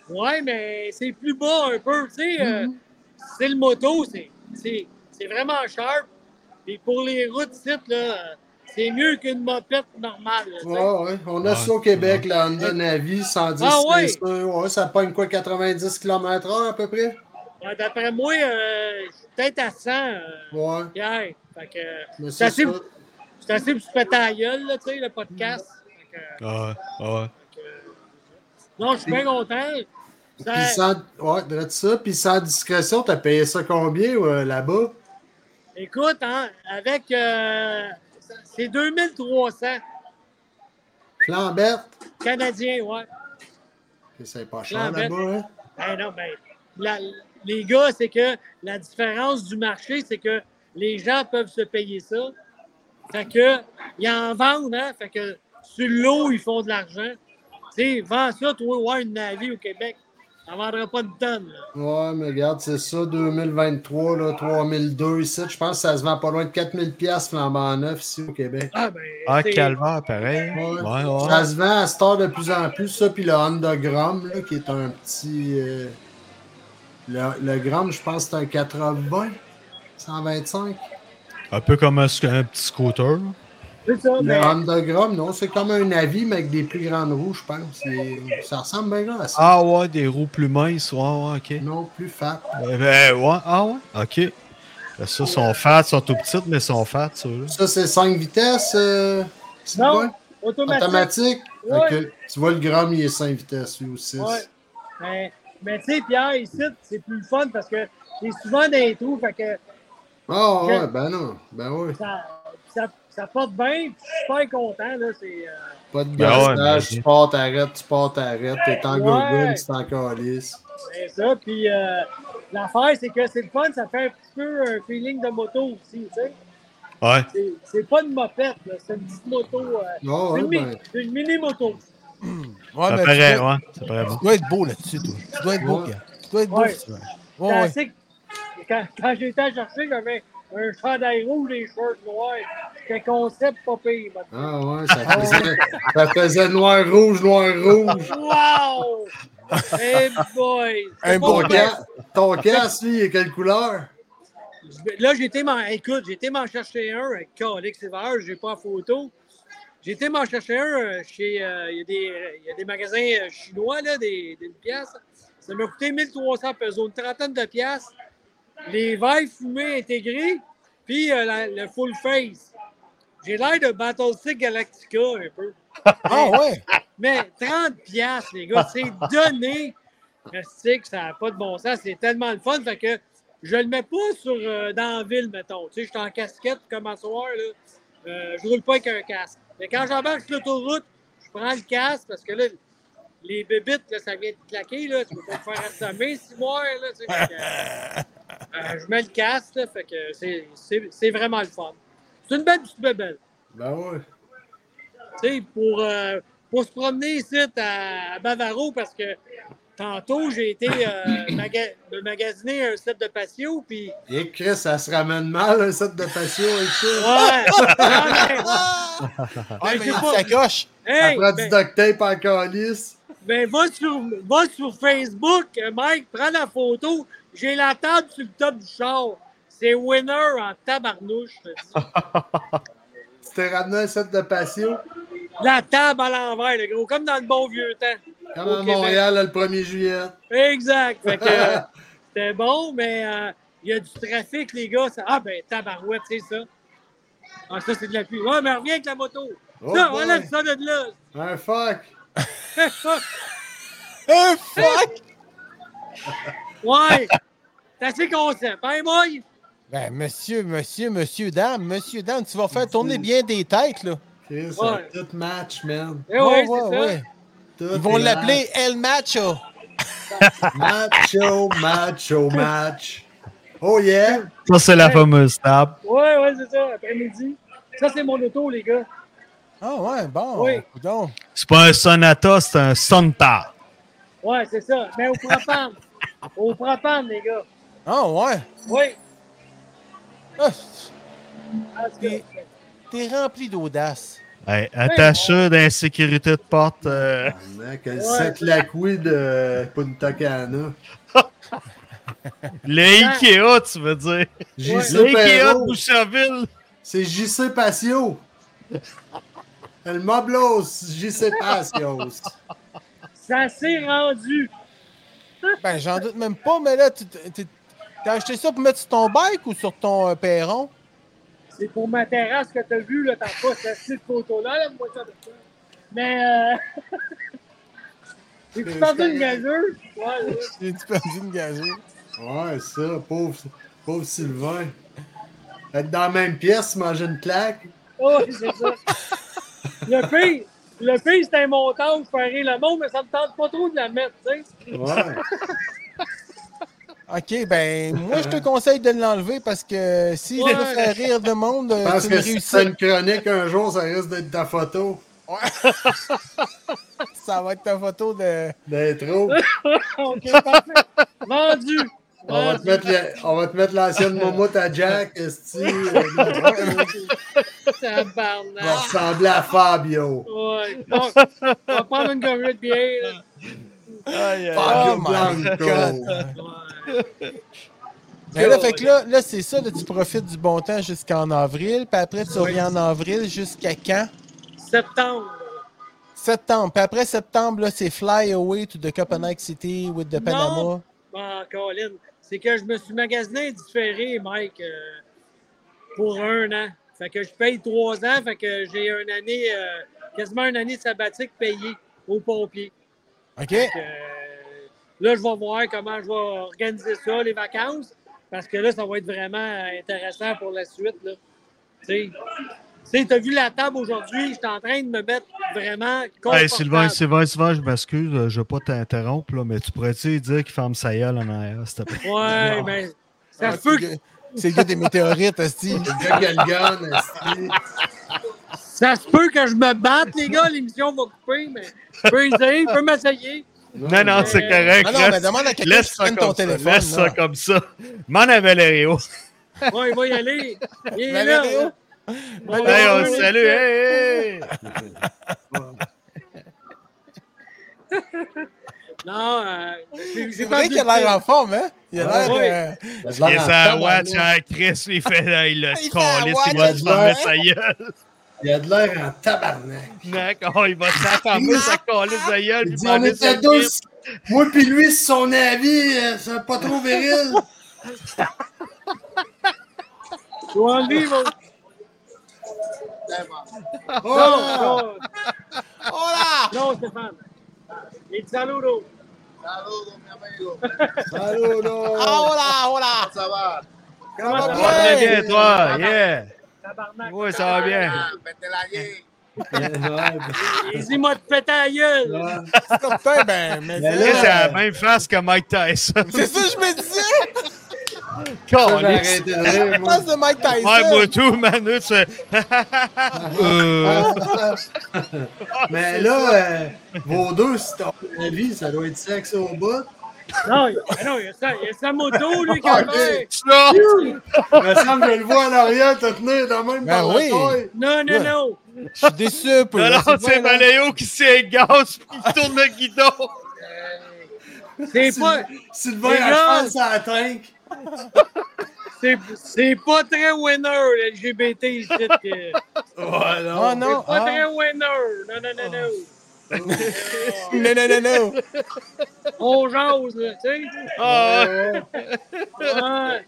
Speaker 6: Ouais, mais c'est plus bas un peu, tu sais. euh,
Speaker 2: Mhm.
Speaker 6: c'est le moto, c'est- c'est c'est vraiment sharp. Et pour les routes, c'est là, euh, c'est mieux qu'une mopette normale. là, tu sais.
Speaker 2: Ouais, ouais. On a
Speaker 8: Ouais,
Speaker 2: ça au Québec, la Honda Navi, 110
Speaker 6: Ah, ouais.
Speaker 2: c'est sûr. Ouais, ça pogne quoi, 90 km/h à peu près?
Speaker 6: Ouais, D'après moi, euh, je suis peut-être à 100 euh,
Speaker 2: Ouais.
Speaker 6: hier. Fait que euh,
Speaker 2: Mais
Speaker 6: Ça,
Speaker 2: c'est
Speaker 6: c'est-
Speaker 2: ça.
Speaker 6: c'est assez pour se péter à la gueule, là, tu sais, le podcast. Fait que,
Speaker 8: Ah, ah,
Speaker 6: euh, non, je suis bien content. Ça-
Speaker 2: Puis sans, ouais, drette ça. Puis sans discrétion, t'as payé ça combien ouais, là-bas?
Speaker 6: Écoute, hein, avec... euh, c'est 2300
Speaker 2: Flambette?
Speaker 6: Canadiens, ouais.
Speaker 2: Et C'est pas cher
Speaker 6: Flambette.
Speaker 2: là-bas, hein?
Speaker 6: Ben non, ben, la- les gars, c'est que la différence du marché, c'est que les gens peuvent se payer ça. Fait que, ils en vendent, hein? Fait que, sur l'eau, ils font de l'argent. Tu sais, vends ça, toi, ouais, une navire au Québec. Ça vendra pas de tonne, là.
Speaker 2: Ouais, mais regarde, c'est ça, 2023, là, 3002 ici. Je pense que ça se vend pas loin de 4000 pièces flambant neuf ici au Québec.
Speaker 6: Ah, ben.
Speaker 3: Ah,
Speaker 6: c'est-
Speaker 3: calvaire, pareil.
Speaker 2: Ouais.
Speaker 3: Ouais, ouais.
Speaker 2: Ça se vend à Star de plus en plus, ça, puis le Honda Gram, là, qui est un petit... euh, le, le Gram, je pense que c'est un 80, 125.
Speaker 8: Un peu comme un, sc- un petit scooter. là.
Speaker 6: C'est ça,
Speaker 2: Le
Speaker 6: ben,
Speaker 2: Honda Gram, non, c'est comme un avis, mais avec des plus grandes roues, je pense. Et Ça ressemble bien là, à ça.
Speaker 3: Ah ouais, des roues plus minces. Ouais, ouais, ok.
Speaker 2: Non, plus fat.
Speaker 3: Ben, ben, ouais, ah ouais, ok. Ben, ça, sont fat, sont tout petites, mais sont fat, ceux-là.
Speaker 2: Ça, c'est 5 vitesses, euh, petit
Speaker 6: Non,
Speaker 2: bois?
Speaker 6: automatique.
Speaker 2: automatique.
Speaker 6: Ouais.
Speaker 2: Ok. Tu vois, le Gram, il est 5 vitesses, lui aussi.
Speaker 6: Ouais. Ben, mais tu sais, Pierre, ici, c'est plus le fun parce que c'est souvent dans les trous. Fait que,
Speaker 2: Ah
Speaker 6: Je-
Speaker 2: ouais, ben non, ben oui.
Speaker 6: ça, ça, ça porte bien. puis Je suis super content, là. C'est. euh,
Speaker 2: Pas de
Speaker 3: Ben ouais,
Speaker 2: gastage,
Speaker 3: mais-
Speaker 2: tu pars, t'arrêtes, tu pars, t'arrêtes, t'es en
Speaker 6: Ouais.
Speaker 2: gogoune, c'est encore lisse.
Speaker 6: C'est ça. Puis euh, l'affaire, c'est que c'est le fun, ça fait un petit peu un feeling de moto aussi, tu sais.
Speaker 8: Ouais.
Speaker 6: C'est- C'est pas une mopette, là, c'est une petite moto. euh,
Speaker 2: Non, ouais,
Speaker 6: c'est une, mi-
Speaker 2: ben,
Speaker 6: c'est une mini-moto.
Speaker 1: Ah,
Speaker 7: Ouais,
Speaker 8: ça
Speaker 7: mais
Speaker 8: paraît,
Speaker 7: tu, dois,
Speaker 8: ouais. Ça paraît bon.
Speaker 7: tu dois être beau là-dessus, toi. Tu dois être beau,
Speaker 2: Ouais.
Speaker 7: Pierre. Tu dois être beau,
Speaker 6: Ouais.
Speaker 7: si tu veux.
Speaker 6: C'est
Speaker 7: Ouais, ouais.
Speaker 6: assez- Quand, quand j'étais à chercher, j'avais un chandail rouge et des shorts noirs. C'était concept pas pire. but-
Speaker 2: ah ouais, ça faisait, ça faisait noir-rouge, noir-rouge.
Speaker 6: Wow! hey Eh boy! C'est
Speaker 7: Un
Speaker 6: pas
Speaker 7: bon
Speaker 2: Ton,
Speaker 6: vrai.
Speaker 2: cas, ton casque, lui, il est quelle couleur?
Speaker 6: Je- Là, j'ai été m'en. Écoute, j'ai été m'en chercher un avec Calix Hiver, j'ai pas la photo. J'ai été m'en chercher un euh, chez. euh, Il y, a des- il y a des magasins euh, chinois, là, des, d'une pièce. Ça m'a coûté 1300 pesos, une trentaine de pièces. Les verres fumés intégrés, puis euh, la- le full face. J'ai l'air de Battlestick Galactica un peu.
Speaker 7: Ah ouais.
Speaker 6: Mais 30 pièces les gars, c'est donné. Rustique, ça n'a pas de bon sens. C'est tellement le fun. Fait que je le mets pas sur, euh, dans la ville, mettons. Tu sais, je suis en casquette comme à soir. Là. Euh, je roule pas avec un casque. Mais quand j'embarque sur l'autoroute, je prends le casque parce que là, les bébites, là, ça vient de claquer. Là. Tu peux pas te faire assommer si moi. Là, tu sais. Fait que, euh, euh, je mets le casque. là. fait que c'est- c'est c'est vraiment le fun. C'est une belle petite bébelle.
Speaker 2: Ben ouais.
Speaker 6: Tu sais, pour, euh, pour se promener ici à, à Bavaro, parce que tantôt, j'ai été euh, maga- me magasiner un set de patio, puis...
Speaker 2: Et Chris, ça se ramène mal, un set de patio et
Speaker 6: Ouais!
Speaker 2: tout.
Speaker 6: Ah,
Speaker 7: Ah, mais
Speaker 6: j'ai
Speaker 7: il
Speaker 6: pas-
Speaker 7: s'accroche.
Speaker 6: ben,
Speaker 2: Ça
Speaker 6: hey,
Speaker 2: prend du
Speaker 6: ben,
Speaker 2: duct tape encore lisse.
Speaker 6: ben, va, sur, va sur Facebook, euh, Mike, prends la photo. J'ai la table sur le top du char. C'est winner en tabarnouche. je te dis.
Speaker 2: Tu t'es ramené un set de patio.
Speaker 6: La table à l'envers, le gros, comme dans le bon vieux temps.
Speaker 2: Comme
Speaker 6: Au
Speaker 2: à
Speaker 6: Québec.
Speaker 2: Montréal, là, le 1er juillet.
Speaker 6: Exact. Fait que, euh, c'était bon, mais euh, il y a du trafic, les gars. Ça- Ah, ben, tabarouette, c'est ça. Ah, ça, c'est de la pluie. Ouais, mais reviens avec la moto.
Speaker 2: Oh
Speaker 6: ça,
Speaker 2: boy.
Speaker 6: enlève ça de là.
Speaker 2: Un fuck.
Speaker 7: Un Hein, fuck.
Speaker 6: ouais. C'est assez concept. Hein, moi?
Speaker 7: Ben, monsieur, monsieur, monsieur, dame, monsieur, dame, tu vas faire tourner bien des têtes, là.
Speaker 2: Chris,
Speaker 6: Ouais.
Speaker 2: tout match, man.
Speaker 6: Eh
Speaker 1: Oh,
Speaker 7: Ouais,
Speaker 6: ouais,
Speaker 7: ouais,
Speaker 6: c'est
Speaker 7: ouais. Ils vont l'appeler El Macho.
Speaker 2: Macho, macho, match. Oh yeah!
Speaker 3: Ça, c'est la fameuse table.
Speaker 6: ça. Ouais, ouais, c'est ça. Après-midi. Ça, c'est mon auto, les gars.
Speaker 7: Ah ouais, bon.
Speaker 6: Oui.
Speaker 7: coudonc.
Speaker 3: C'est pas un sonata, c'est un sonta.
Speaker 6: Ouais, c'est ça. Mais au propane. Au propane, les gars.
Speaker 1: Ah ouais.
Speaker 6: Oui.
Speaker 1: Ah,
Speaker 6: En tout cas,
Speaker 1: T'es rempli d'audace.
Speaker 3: Hey, attache ça d'insécurité de porte. euh,
Speaker 2: Mec, elle sent la couille hein, de Punta Cana.
Speaker 3: le Ikea, tu veux dire.
Speaker 2: JC
Speaker 3: Le Ikea de
Speaker 2: Perrault.
Speaker 3: Boucherville.
Speaker 2: C'est JC Patio. El Moblos, JC Patio.
Speaker 6: ça s'est rendu.
Speaker 1: Ben, j'en doute même pas, mais là, tu- tu- t'as acheté ça pour mettre sur ton bike ou sur ton euh, perron?
Speaker 6: C'est pour ma terrasse que t'as vu, là, t'as pas cette photo-là, là, moi, ça. Mais, euh... J'ai-tu perdu une gageuse? Ouais, là.
Speaker 1: J'ai-tu perdu une gageuse?
Speaker 2: Ouais, ça, pauvre, pauvre Sylvain. Être dans la même pièce, manger une claque.
Speaker 6: Oh, c'est ça. Le pire, le pire, c'est un montage pour faire rire le monde, mais ça me tente pas trop de la mettre, tu sais.
Speaker 2: Ouais.
Speaker 1: Ok, ben, moi, je te conseille de l'enlever parce que si
Speaker 6: Ouais.
Speaker 1: tu veux faire rire de monde,
Speaker 2: Je pense
Speaker 1: tu
Speaker 2: que si c'est
Speaker 1: réussis.
Speaker 2: une chronique un jour, ça risque d'être ta photo
Speaker 1: Ça va être ta photo
Speaker 2: Ben
Speaker 1: de.
Speaker 2: d'intro.
Speaker 6: OK, parfait. Vendu.
Speaker 2: On va te
Speaker 6: Vendu.
Speaker 2: mettre, le- on va te mettre l'ancienne momoute à Jack, esti. euh,
Speaker 6: Tabarnak.
Speaker 2: va ressembler à Fabio.
Speaker 6: Oh Ouais. Bon, on va prendre une gorille de bière. là.
Speaker 2: Fabio
Speaker 1: my
Speaker 2: Blanco.
Speaker 6: Ouais.
Speaker 1: Ben là, fait que là, là c'est ça, là, tu profites du bon temps jusqu'en avril, puis après, tu reviens en avril jusqu'à quand?
Speaker 6: Septembre.
Speaker 1: Septembre. Puis après septembre, là, c'est Fly Away to the Copenhague City with the Panama.
Speaker 6: Bon, Ah, Colin, c'est que je me suis magasiné différé, Mike, euh, pour un an. Fait que je paye trois ans, fait que j'ai une année, euh, quasiment une année de sabbatique payée aux pompiers.
Speaker 1: OK?
Speaker 6: Fait que, euh, là, je vais voir comment je vais organiser ça, les vacances, parce que là, ça va être vraiment euh, intéressant pour la suite. Là. Tu sais, tu as vu la table aujourd'hui, je suis en train de me mettre vraiment
Speaker 3: Hey, Sylvain,
Speaker 6: confortable.
Speaker 3: Sylvain, Sylvain, je m'excuse, euh, je ne veux pas t'interrompre, là, mais tu pourrais-tu dire qu'il ferme sa gueule en arrière, s'il te plaît?
Speaker 6: Ouais, ben, ça
Speaker 1: Ah,
Speaker 6: se
Speaker 1: c'est
Speaker 6: peut que
Speaker 1: le gars- C'est le gars des météorites, Asti.
Speaker 2: Le gars qui a le gun, esti.
Speaker 6: Ça se peut que je me batte, les gars, l'émission va couper, mais je peux essayer, je peux m'essayer.
Speaker 3: Non, non, c'est
Speaker 6: Euh,
Speaker 3: correct.
Speaker 1: Ah Non, non,
Speaker 3: laisse-
Speaker 1: mais demande à quelqu'un
Speaker 3: Laisse
Speaker 1: qui
Speaker 3: ça
Speaker 1: prenne ton
Speaker 3: comme ça.
Speaker 1: téléphone.
Speaker 3: Laisse ça
Speaker 1: là.
Speaker 3: comme ça. M'en avait Léo.
Speaker 6: Ouais, il va y aller. Il est là.
Speaker 1: Valérie,
Speaker 6: là. hein. Bon,
Speaker 1: Valérie,
Speaker 3: Hey, on
Speaker 1: oui,
Speaker 3: le
Speaker 1: oui.
Speaker 3: salue. Hey, hey.
Speaker 6: Non, euh, j'ai-
Speaker 1: C'est
Speaker 6: j'ai
Speaker 1: vrai
Speaker 6: perdu
Speaker 1: qu'il a
Speaker 6: le fil.
Speaker 1: l'air en forme, hein? Il a
Speaker 6: Ouais.
Speaker 1: l'air. euh,
Speaker 2: Il a de
Speaker 3: Il est
Speaker 2: l'air en
Speaker 3: sa watch
Speaker 2: tabarnak.
Speaker 3: à Chris, il fait là, il le
Speaker 1: Il fait
Speaker 3: calisse,
Speaker 1: la
Speaker 3: il va
Speaker 1: watch,
Speaker 3: se
Speaker 2: ouais.
Speaker 3: fermer sa gueule.
Speaker 2: Il a de l'air en tabarnak.
Speaker 3: Mec, oh, il va se la fermer sa calisse sa gueule.
Speaker 2: Il
Speaker 3: puis
Speaker 2: dit, on
Speaker 3: fermer sa
Speaker 2: était
Speaker 3: gueule.
Speaker 2: douze. Moi puis lui, c'est son avis, euh, c'est pas trop viril.
Speaker 6: Je vais enlever mon-
Speaker 1: Ah.
Speaker 2: Oh,
Speaker 6: Non,
Speaker 1: Oh
Speaker 6: non, non, Stéphane. Et saludo.
Speaker 9: Saludos, mi amigo.
Speaker 2: allô,
Speaker 1: Ah,
Speaker 2: non.
Speaker 1: hola, hola!
Speaker 9: ¿Cómo se va?
Speaker 1: Comment
Speaker 6: Ah,
Speaker 1: va
Speaker 3: Ça va
Speaker 1: bien?
Speaker 3: bien, toi, yeah.
Speaker 6: Tabarnak.
Speaker 3: Oui, ça va bien.
Speaker 9: Ah, vete la allí.
Speaker 2: Eh,
Speaker 6: Dis-moi de péter la gueule.
Speaker 1: C'est comme, putain, ben, mais
Speaker 2: Mais
Speaker 3: Chris,
Speaker 1: là,
Speaker 3: c'est la même face que Mike Tyson.
Speaker 1: C'est ça, je me disais!
Speaker 3: Calisse.
Speaker 2: ben, Arrêtez de rire,
Speaker 1: La
Speaker 2: moi.
Speaker 1: place de Mike Tyson!
Speaker 3: Ouais, moi tout, Manu, tu euh,
Speaker 2: Mais là, euh, vos deux, si t'as un avis, ça doit être sexe au bout.
Speaker 6: Non, il ah non, il y, a sa- il y a sa moto, lui,
Speaker 1: Ah,
Speaker 6: quand même.
Speaker 3: ça.
Speaker 2: Il me semble que je le vois à l'arrière te tenir dans le même
Speaker 1: Ben
Speaker 2: par la
Speaker 1: oui.
Speaker 2: taille.
Speaker 6: Non, non, non.
Speaker 1: Je suis déçu, peu.
Speaker 3: Non,
Speaker 1: là,
Speaker 3: non, c'est
Speaker 1: pas, là.
Speaker 3: Maléo qui s'égasse puis qui tourne le guidon.
Speaker 6: C'est pas,
Speaker 2: Sylvain- Sylvain,
Speaker 6: Les
Speaker 2: à
Speaker 6: gars.
Speaker 2: cheval, ça atteinte.
Speaker 6: c'est, c'est pas très winner, LGBT, ici. euh.
Speaker 2: Ouais,
Speaker 1: Oh
Speaker 2: non.
Speaker 1: non!
Speaker 6: C'est pas très
Speaker 1: ah.
Speaker 6: winner. Non, non, non, non.
Speaker 1: Non, non, non, non!
Speaker 6: On jase, là, tu sais.
Speaker 3: Ah, ouais.
Speaker 2: Ouais, ouais.
Speaker 6: Ouais.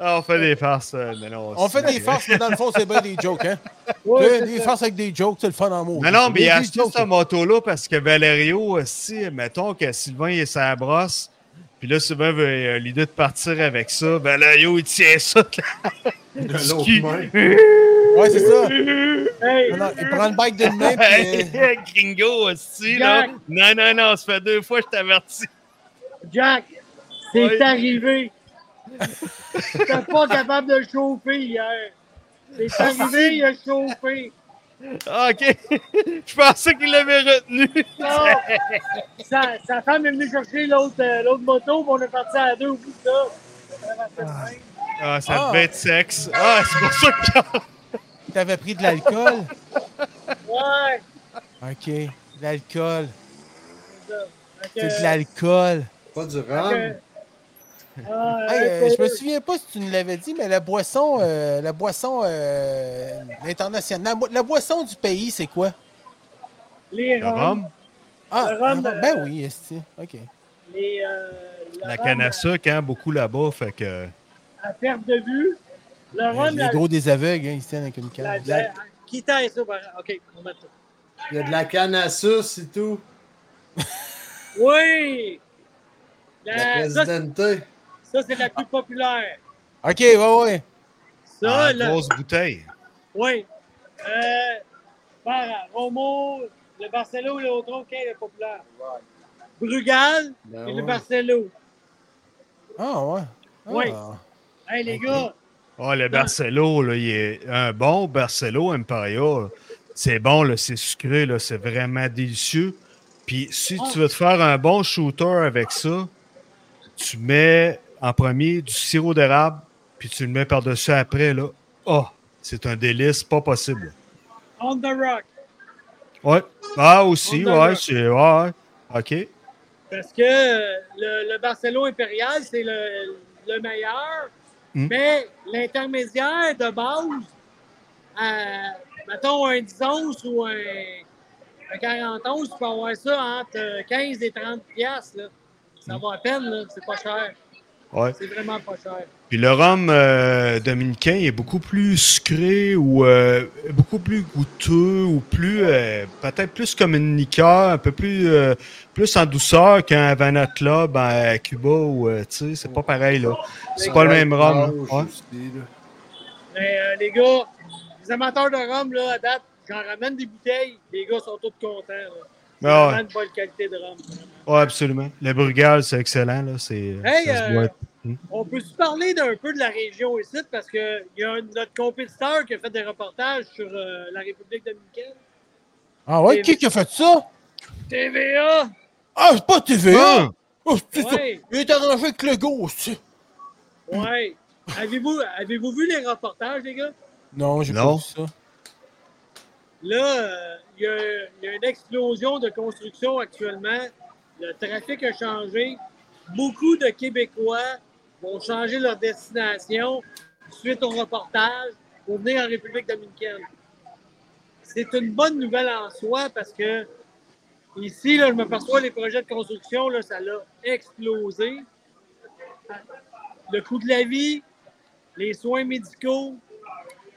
Speaker 3: Ah, on fait des farces. euh, mais non,
Speaker 1: On fait
Speaker 3: c'est-
Speaker 1: des farces, mais dans le fond, c'est bien des jokes, hein?
Speaker 6: Ouais,
Speaker 1: Des-
Speaker 6: c'est
Speaker 1: des
Speaker 6: ça.
Speaker 1: farces avec des jokes, c'est le fun en mots.
Speaker 3: Non, non, mais il a
Speaker 1: Des
Speaker 3: acheté
Speaker 1: jokes.
Speaker 3: cette moto-là parce que Valerio, euh, si, mettons que Sylvain il est sa brosse, puis là, Sylvain veut euh, l'idée de partir avec ça. Valerio, il tient ça.
Speaker 2: De
Speaker 3: Du
Speaker 2: l'autre
Speaker 3: cul.
Speaker 2: main.
Speaker 1: Ouais, c'est ça!
Speaker 6: Hey,
Speaker 1: Non, non, il prend le bike d'une main,
Speaker 3: Hey,
Speaker 1: puis. euh,
Speaker 3: Gringo, aussi, là.
Speaker 6: Jack.
Speaker 3: Non, non, non, ça fait deux fois que je t'avertis.
Speaker 6: Jack, c'est
Speaker 3: Ouais.
Speaker 6: arrivé. T'es pas capable de le chauffer hier. C'est arrivé, il a chauffé.
Speaker 3: Ah, OK. je pensais qu'il l'avait retenu.
Speaker 6: Non, sa, sa femme est venue chercher l'autre euh, l'autre moto, puis on est parti à deux au bout de ça.
Speaker 3: Ah, ça
Speaker 1: Ah.
Speaker 3: devait être sexe. Ah, c'est pour ça que
Speaker 1: T'avais pris de l'alcool?
Speaker 6: Ouais.
Speaker 1: OK. De l'alcool.
Speaker 6: c'est ça. Fait que-
Speaker 1: C'est de l'alcool.
Speaker 2: Pas du
Speaker 6: fait
Speaker 2: rhum.
Speaker 6: que- Ah,
Speaker 1: Hey, euh,
Speaker 6: ouais,
Speaker 1: je me souviens pas si tu nous l'avais dit, mais la boisson, euh, la boisson euh, internationale, la bo- la boisson du pays, c'est quoi?
Speaker 6: Les
Speaker 3: Le
Speaker 6: rhums,
Speaker 3: rhum,
Speaker 1: Ah,
Speaker 6: Le rhum,
Speaker 1: ah,
Speaker 6: euh,
Speaker 1: ben oui, esti. OK.
Speaker 6: les, euh, le
Speaker 3: la
Speaker 6: rhum
Speaker 3: canne à sucre, hein, beaucoup là-bas, fait que...
Speaker 6: à perte de vue. Le rhum,
Speaker 1: Les
Speaker 6: la,
Speaker 1: gros des aveugles, hein, ils se tiennent avec une
Speaker 6: la,
Speaker 1: canne.
Speaker 6: la- Qui taille ça? par- OK, on met ça.
Speaker 2: Il y a de la canne à sucre et tout.
Speaker 6: Oui!
Speaker 2: La
Speaker 6: La- Euh, ça, c'est-
Speaker 2: présidente.
Speaker 6: ça, c'est la plus populaire.
Speaker 1: OK, ouais, ouais.
Speaker 6: Ça,
Speaker 3: Ah,
Speaker 6: le-
Speaker 3: grosse bouteille.
Speaker 6: Oui. Euh, par Romo, le Barcelo et le Autron, qui est le populaire? Brugal
Speaker 2: Ben
Speaker 6: et le
Speaker 2: ouais.
Speaker 6: Barcelo.
Speaker 1: Ah, ouais. Ah.
Speaker 6: Oui. Hey, les
Speaker 1: Ok.
Speaker 6: gars!
Speaker 3: Ah, le Barcelo, là, il est un bon Barcelo Imperial. C'est bon, là, c'est sucré, là, c'est vraiment délicieux. Puis si
Speaker 6: Ah.
Speaker 3: tu veux te faire un bon shooter avec ça, tu mets en premier du sirop d'érable, puis tu le mets par-dessus après, là. Ah, c'est un délice pas possible.
Speaker 6: On the rock.
Speaker 3: Ouais. Ah, aussi,
Speaker 6: On a
Speaker 3: ouais,
Speaker 6: le-
Speaker 3: c'est... Ouais, OK.
Speaker 6: Parce que euh, le, le Barcelo impérial, c'est le, le meilleur.
Speaker 3: Mm.
Speaker 6: Mais l'intermédiaire de base, euh, mettons un 10 onces ou un, un 40 onces, tu peux avoir ça entre 15 et 30 piastres. là.
Speaker 3: Mm.
Speaker 6: Ça va à peine, là. c'est pas cher.
Speaker 3: Ouais.
Speaker 6: C'est vraiment pas cher.
Speaker 3: Puis le rhum euh, dominicain est beaucoup plus sucré ou euh, beaucoup plus goûteux ou plus euh, peut-être plus comme une liqueur, un peu plus euh, plus en douceur qu'un Havana Club à Cuba ou euh, tu sais, c'est pas pareil là. C'est pas le même rhum.
Speaker 2: Orange
Speaker 3: là. Ouais.
Speaker 2: aussi, là.
Speaker 6: Mais euh, les gars, les amateurs de rhum, là, à date, j'en ramène des bouteilles. Les gars sont tous contents. Là. C'est
Speaker 3: Ah
Speaker 6: vraiment
Speaker 3: ouais.
Speaker 6: une bonne qualité de rhum.
Speaker 3: Ouais, absolument. Le Brugal, c'est excellent là, c'est
Speaker 6: Hey,
Speaker 3: ça se
Speaker 6: euh,
Speaker 3: boit.
Speaker 6: On peut se parler d'un peu de la région ici parce qu'il y a un- notre compétiteur qui a fait des reportages sur euh, la République dominicaine.
Speaker 1: Ah, ouais,
Speaker 6: Et-
Speaker 1: qui qui a fait ça?
Speaker 6: TVA!
Speaker 1: Ah, c'est pas TVA! Oh, c'est ça.
Speaker 6: Ouais,
Speaker 1: Il est arrangé avec le gauche.
Speaker 6: ouais. Avez-vous avez vu les reportages, les gars?
Speaker 1: Non, j'ai pas
Speaker 3: Non.
Speaker 1: vu ça.
Speaker 6: Là, euh, il y, a- il y a une explosion de construction actuellement. Le trafic a changé. Beaucoup de Québécois vont changer leur destination suite au reportage pour venir en République dominicaine. C'est une bonne nouvelle en soi parce que ici, là, je m'aperçois les projets de construction, là, ça l'a explosé. Le coût de la vie, les soins médicaux,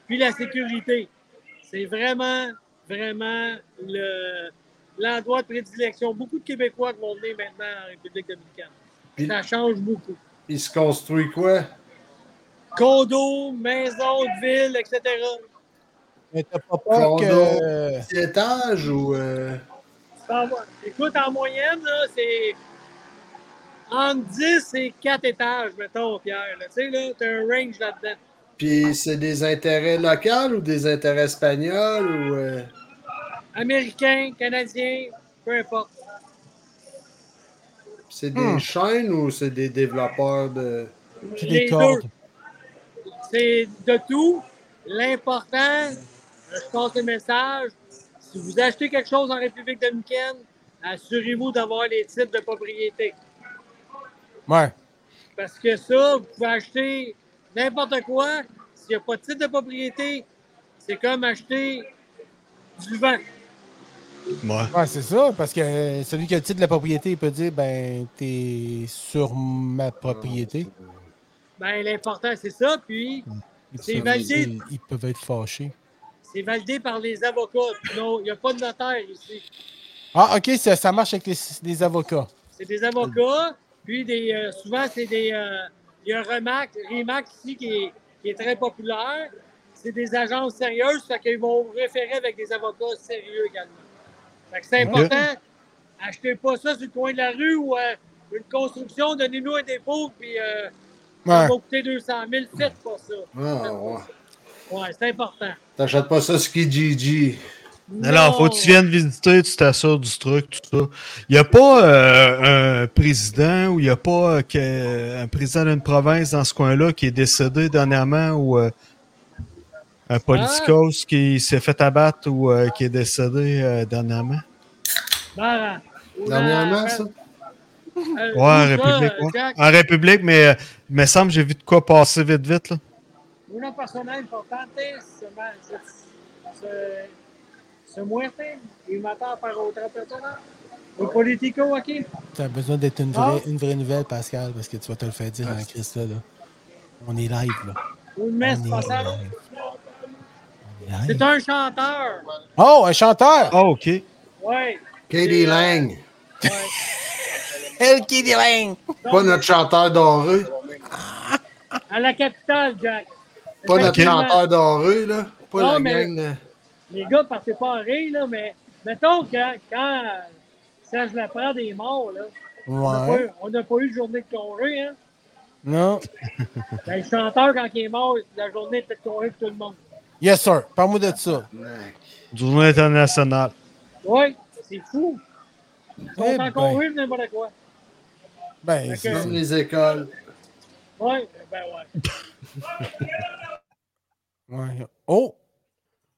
Speaker 6: puis la sécurité. C'est vraiment, vraiment le- l'endroit de prédilection. Beaucoup de Québécois qui vont venir maintenant en République dominicaine.
Speaker 2: Puis-
Speaker 6: Ça change beaucoup.
Speaker 2: Il se construit quoi?
Speaker 6: Condos, maisons de ville, etc.
Speaker 1: Mais t'as pas peur
Speaker 2: Condo.
Speaker 1: que.
Speaker 2: Petit étage ou. euh,
Speaker 6: Ça va. Écoute, en moyenne, là, c'est entre 10 et 4 étages, mettons, Pierre. là. Tu sais, là, t'as un range là-dedans.
Speaker 2: Puis c'est des intérêts locaux ou des intérêts espagnols ou. euh,
Speaker 6: Américain, Canadien, peu importe.
Speaker 2: C'est des
Speaker 3: Hmm.
Speaker 2: chaînes ou c'est des développeurs de.
Speaker 1: C'est
Speaker 6: Les
Speaker 1: des
Speaker 6: deux.
Speaker 1: cordes.
Speaker 6: C'est de tout. L'important, je passe le message, si vous achetez quelque chose en République dominicaine, assurez-vous d'avoir les titres de propriété.
Speaker 1: Ouais.
Speaker 6: Parce que ça, vous pouvez acheter n'importe quoi. S'il n'y a pas de titre de propriété, c'est comme acheter du vent.
Speaker 3: Ouais.
Speaker 1: Ouais, c'est ça, parce que euh, celui qui a le titre de la propriété, il peut dire ben, t'es sur ma propriété.
Speaker 6: Ben, l'important, c'est ça. Puis, C'est
Speaker 1: Ils-
Speaker 6: validé.
Speaker 1: Ils, ils peuvent être fâchés.
Speaker 6: c'est validé par les avocats. Non, il n'y a pas de notaire ici.
Speaker 1: Ah, ok, ça, ça marche avec les, les avocats.
Speaker 6: C'est des avocats, puis des, euh, souvent, c'est des. euh, Il y a un Remax, Remax ici qui est, qui est très populaire. C'est des agences sérieuses, fait qu'ils vont vous référer avec des avocats sérieux également. Fait que c'est
Speaker 3: Ok.
Speaker 6: important. Achetez pas ça sur le coin de la rue ou euh, une construction, donnez-nous un dépôt, puis euh, ça
Speaker 1: Ouais.
Speaker 6: va coûter 200 000. Faites pas ça.
Speaker 2: Ah, ouais.
Speaker 6: Ouais, c'est important.
Speaker 2: T'achètes pas ça ce qui Gigi.
Speaker 3: Non, non, faut que tu viennes visiter, tu t'assures du truc, tout ça. Il n'y a pas euh, un président ou il n'y a pas euh, que- un président d'une province dans ce coin-là qui est décédé dernièrement ou euh, un politicos qui s'est fait abattre ou euh, qui est décédé euh, dernièrement.
Speaker 6: Barra.
Speaker 2: Dernièrement, ça?
Speaker 6: Euh,
Speaker 3: Ouais, en
Speaker 6: Luna,
Speaker 3: République.
Speaker 6: euh,
Speaker 3: ouais.
Speaker 6: Jack,
Speaker 3: En République, mais euh, il me semble que j'ai vu de quoi passer vite, vite. Là.
Speaker 6: una persona importante se, ma- se, se, se muerte y mata para otra persona. Un político aquí.
Speaker 1: T'as besoin d'être une vraie, une vraie nouvelle, Pascal, parce que tu vas te le faire dire en Christ, là, là. On est live, là.
Speaker 6: Un
Speaker 1: On est
Speaker 6: mes pasado.
Speaker 1: live. On est
Speaker 6: C'est
Speaker 1: live.
Speaker 6: un chanteur.
Speaker 1: Oh, un chanteur!
Speaker 3: Ah, OK.
Speaker 6: Ouais.
Speaker 2: Katie Lang,
Speaker 1: Elle qui dirait!
Speaker 2: pas notre chanteur doré,
Speaker 6: À la capitale, Jack.
Speaker 2: pas notre
Speaker 6: Effectivement.
Speaker 2: chanteur doré, là. Pas
Speaker 6: Non,
Speaker 2: la
Speaker 6: mais-
Speaker 2: gang de-
Speaker 6: Les gars, partez pas à rire, là, mais mettons que quand euh, Serge Laprade des morts, là, on n'a pas
Speaker 1: Ouais.
Speaker 6: eu- on n'a pas eu de journée de congé. Hein.
Speaker 1: Non.
Speaker 6: Ben, le chanteur, quand il est mort, la journée était de congé pour tout le monde.
Speaker 1: Yes, sir. Parle-moi de ça.
Speaker 3: Journée internationale.
Speaker 6: Oui, c'est fou. Ils sont
Speaker 1: Eh
Speaker 6: en
Speaker 1: ben.
Speaker 6: congé, pour n'importe quoi.
Speaker 1: Ben, c'est-
Speaker 2: Comme les écoles.
Speaker 6: Oui, ben ouais.
Speaker 1: ouais. Oh!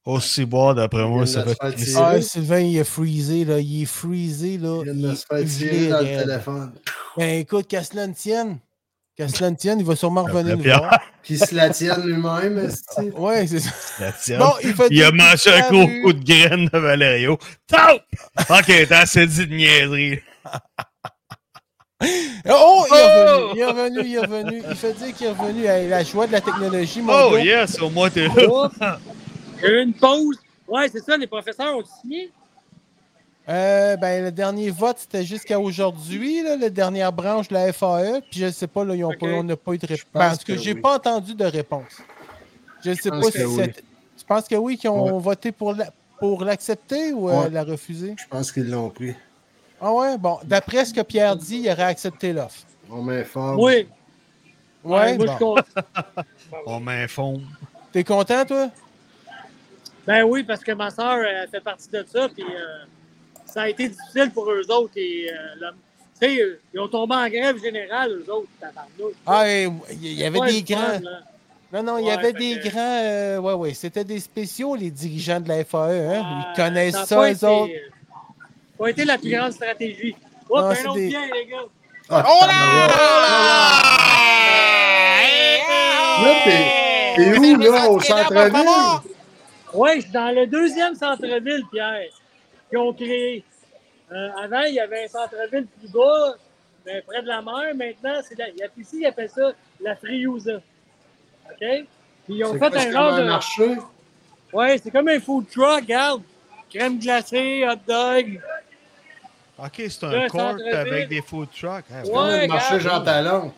Speaker 3: Aussi boire, d'après moi,
Speaker 2: Il vient
Speaker 3: ça
Speaker 2: de
Speaker 3: fait
Speaker 2: se faire
Speaker 3: crisser.
Speaker 2: tirer.
Speaker 1: Ah, Sylvain, il est freezé, là. Il est freezé, là.
Speaker 2: Il vient de
Speaker 1: est
Speaker 2: se faire tirer
Speaker 1: gelé,
Speaker 2: dans le
Speaker 1: raide.
Speaker 2: téléphone.
Speaker 1: Ben, écoute, qu'à cela ne tienne. Qu'à cela ne tienne, il va sûrement revenir nous
Speaker 3: Pierre.
Speaker 1: voir.
Speaker 2: Puis il se la tienne lui-même, est-ce que-
Speaker 1: Ouais, c'est ça.
Speaker 3: La tienne.
Speaker 1: Bon, il fait
Speaker 3: Il a
Speaker 1: tout
Speaker 3: mangé un gros
Speaker 1: disparu.
Speaker 3: coup de graine de Valerio. Taup! Ok, t'as assez dit de niaiserie.
Speaker 1: Oh, il est revenu, il est revenu, il est revenu. Il fait dire qu'il est revenu. Hey, la joie de la technologie, mon
Speaker 3: Oh
Speaker 1: gars. Oh.
Speaker 3: yes, au moins t'es là.
Speaker 6: Oups. J'ai eu une pause. Oui, c'est ça, les professeurs ont signé.
Speaker 1: Euh, ben, le dernier vote, c'était jusqu'à aujourd'hui, là, la dernière branche de la FAE. Puis je sais pas, là, ils ont
Speaker 6: Ok.
Speaker 1: pas- on n'a pas eu de réponse.
Speaker 2: pense
Speaker 1: Parce que,
Speaker 2: que
Speaker 1: j'ai
Speaker 2: oui.
Speaker 1: pas entendu de réponse. Je sais
Speaker 2: pense
Speaker 1: pas
Speaker 2: que
Speaker 1: si
Speaker 2: oui.
Speaker 1: c'est. Tu penses que oui, qu'ils ont voté pour la- pour l'accepter ou euh,
Speaker 2: Ouais.
Speaker 1: la refuser?
Speaker 2: Je pense qu'ils l'ont pris.
Speaker 1: Ah ouais, bon. D'après ce que Pierre dit, il aurait accepté l'offre.
Speaker 2: On m'informe.
Speaker 6: Oui.
Speaker 1: Ouais,
Speaker 6: moi,
Speaker 1: bon.
Speaker 6: je suis content.
Speaker 3: On m'informe.
Speaker 1: T'es content, toi?
Speaker 6: Ben oui, parce que ma soeur fait partie de ça, puis euh, ça a été difficile pour eux autres. Et, euh, le- tu sais, euh, ils ont tombé en grève générale, eux autres, tabarnouche.
Speaker 1: Ah, et- il y avait
Speaker 6: Ouais,
Speaker 1: des
Speaker 6: le
Speaker 1: grands.
Speaker 6: fun, là.
Speaker 1: Non, non, il y
Speaker 6: Ouais,
Speaker 1: avait
Speaker 6: fait
Speaker 1: des
Speaker 6: que-
Speaker 1: grands. euh, ouais, ouais. C'était des spéciaux, les dirigeants de la FAE. Hein?
Speaker 6: Ah,
Speaker 1: Ils connaissent
Speaker 6: a
Speaker 1: ça,
Speaker 6: pas
Speaker 1: eux
Speaker 6: été- euh,
Speaker 1: autres.
Speaker 6: Ça a été la plus grande stratégie. Oh,
Speaker 1: Non,
Speaker 6: un
Speaker 1: c'est
Speaker 6: autre
Speaker 1: des-
Speaker 6: bien, les gars.
Speaker 2: Ah,
Speaker 6: Oh,
Speaker 2: Là, t'es- t'es où, là, au centre-ville?
Speaker 6: Oui, je suis dans le deuxième centre-ville, Pierre, qu'ils ont créé. Euh, avant, il y avait un centre-ville plus bas, mais près de la mer. Maintenant, c'est la... il y a- ici, ils appellent ça la Friouza. OK? Puis ils ont
Speaker 2: C'est
Speaker 6: fait
Speaker 2: quoi,
Speaker 6: un
Speaker 2: c'est comme
Speaker 6: genre
Speaker 2: un
Speaker 6: de.
Speaker 2: marché?
Speaker 6: Oui, c'est comme un food truck, regarde. Crème glacée, hot dog.
Speaker 3: Ok, c'est
Speaker 6: Le
Speaker 3: un court
Speaker 6: centre-ville.
Speaker 3: avec des food trucks. Hein,
Speaker 2: Comme
Speaker 6: Ouais,
Speaker 2: un marché
Speaker 6: regarde.
Speaker 2: Jean Talon.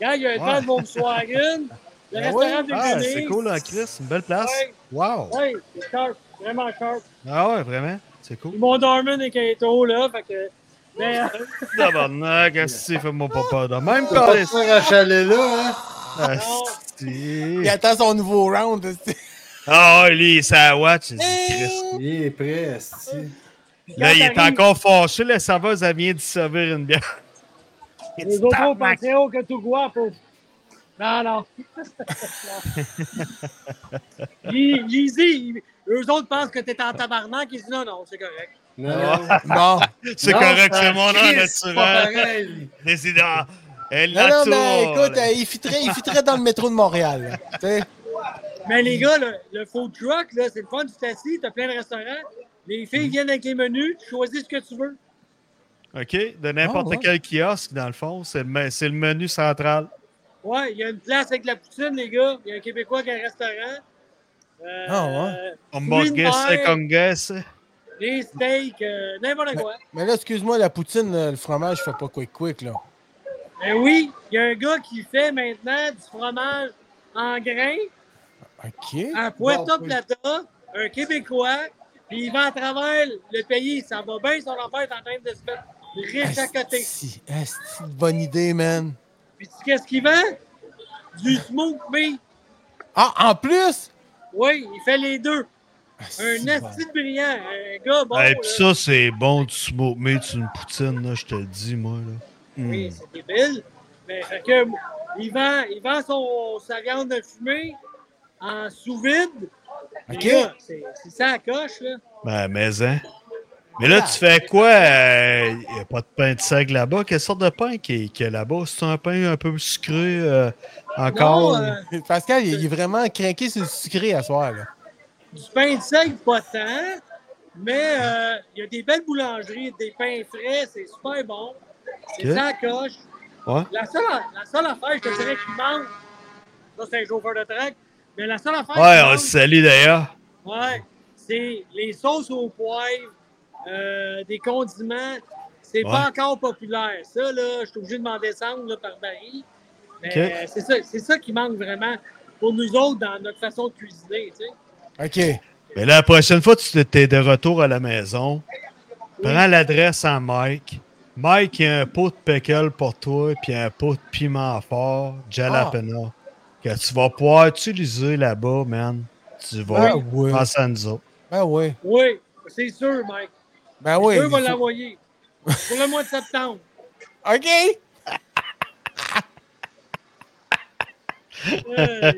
Speaker 6: Regarde, il y a un
Speaker 3: Ouais.
Speaker 6: temps de Volkswagen, le
Speaker 1: Ben
Speaker 6: restaurant
Speaker 1: oui.
Speaker 6: de
Speaker 3: Ah, c'est cool, hein, Chris. Une belle place.
Speaker 6: Ouais.
Speaker 3: Wow.
Speaker 6: Oui, c'est sharp, vraiment sharp.
Speaker 3: Ah ouais, vraiment. C'est cool.
Speaker 6: Ils m'ont Dorman et Kaito, là, fait que. Mais, euh,
Speaker 3: Tabarnak, qu'est-ce que tu fais, mon papa? De même
Speaker 2: T'as pas
Speaker 3: parler.
Speaker 2: de faire à chalet là, hein?
Speaker 1: Il attend son nouveau round. esti.
Speaker 3: Ah, ouais, lui, c'est à watch. c'est Chris.
Speaker 2: Il est prêt, esti.
Speaker 3: Là, il est
Speaker 6: quand t'arrives,
Speaker 3: encore fâché. La serveuse, elle vient de servir une bière.
Speaker 6: Les autres ont pensé oh, que tout guapo. Non, non. non. Ils- ils disent- eux autres pensent que t'es en tabarnak. Ils disent non, non, c'est correct.
Speaker 2: Non, non.
Speaker 1: Bon.
Speaker 3: C'est
Speaker 2: Non,
Speaker 3: Ah, correct, c'est mon nom
Speaker 2: Chris, c'est pas
Speaker 3: naturel.
Speaker 2: pareil.
Speaker 3: Décidant. Elle
Speaker 1: Non, non, mais
Speaker 3: l'entoure.
Speaker 1: écoute, euh, il fitterait, il fitterait dans le métro de Montréal. là. Tu sais,
Speaker 6: Mais les gars, le, le food truck, là, c'est le fun. Tu t'assis, t'as plein de restaurants. Les filles viennent avec les menus. Tu choisis ce que tu veux.
Speaker 3: OK? De n'importe
Speaker 1: Ah, ouais.
Speaker 3: quel kiosque, dans le fond, c'est le, me- c'est le menu central.
Speaker 6: Ouais, il y a une place avec la poutine, les gars. Il y a un Québécois qui a un restaurant. Euh,
Speaker 1: Ah, ouais.
Speaker 3: Hamburger, c'est
Speaker 6: mer.
Speaker 3: congrès, c'est.
Speaker 6: Des steaks, euh, n'importe quoi.
Speaker 1: Mais là, excuse-moi, la poutine, euh, le fromage, fait pas quick quick là.
Speaker 6: Ben oui, il y a un gars qui fait maintenant du fromage en grains,
Speaker 1: OK.
Speaker 6: un Puerto Plata, un Québécois, puis il va à travers le pays. Ça va bien, son affaire est en train de se mettre riche à côté.
Speaker 1: Esti, esti, bonne idée, man.
Speaker 6: Puis tu sais qu'est-ce qu'il vend? Du smoke meat.
Speaker 1: Ah, en plus?
Speaker 6: Oui, il fait les deux. Un esti de brillant. Un gars bon.
Speaker 3: Hey,
Speaker 6: là.
Speaker 3: pis ça, c'est bon du smoke meat sur une poutine, là, je te le dis, moi. Là. Mm.
Speaker 6: Oui, c'est débile. Mais fait que, il vend, il vend son, sa viande de fumée en sous-vide. Les
Speaker 1: OK.
Speaker 6: gars, C'est c'est ça la coche, là.
Speaker 3: Ben, mais hein. Mais là,
Speaker 1: Ah.
Speaker 3: tu fais quoi? Il n'y a pas de pain de seigle là-bas. Quelle sorte de pain qu'il y a- qu'il y a là-bas? C'est un pain un peu sucré euh, encore?
Speaker 6: Non, euh,
Speaker 1: Pascal, il, il est vraiment craqué sur le sucré à soir. Là.
Speaker 6: du pain de seigle, pas tant. Mais euh, il y a des belles boulangeries, des pains frais, c'est super bon. C'est
Speaker 3: Ok.
Speaker 6: ça la coche.
Speaker 3: Ouais.
Speaker 6: La, seule, la seule affaire, je te dirais, qui manque, ça, c'est un chauffeur de track, mais la seule affaire
Speaker 3: Ouais,
Speaker 6: qui
Speaker 3: on le
Speaker 6: manque,
Speaker 3: salue d'ailleurs.
Speaker 6: Ouais, c'est les sauces au poivre, euh, des condiments. C'est
Speaker 3: Ouais.
Speaker 6: pas encore populaire. Ça, là, je suis obligé de m'en descendre là, par Paris. Mais
Speaker 3: Ok.
Speaker 6: euh, c'est ça, c'est ça qui manque vraiment pour nous autres dans notre façon de cuisiner. Tu sais.
Speaker 1: OK.
Speaker 3: Mais la prochaine fois, tu t'es- t'es de retour à la maison. Prends l'adresse à Mike. Mike, il y a un pot de pickle pour toi, puis un pot de piment fort,
Speaker 1: Ah.
Speaker 3: jalapeno, que tu vas pouvoir utiliser là-bas, man. Tu vas
Speaker 1: Ben oui.
Speaker 3: penser à nous autres.
Speaker 1: Ben oui.
Speaker 6: Oui, c'est sûr, Mike.
Speaker 1: Ben oui.
Speaker 6: Eux vont
Speaker 1: il faut-
Speaker 6: l'envoyer pour le mois de septembre.
Speaker 1: OK.
Speaker 6: Euh,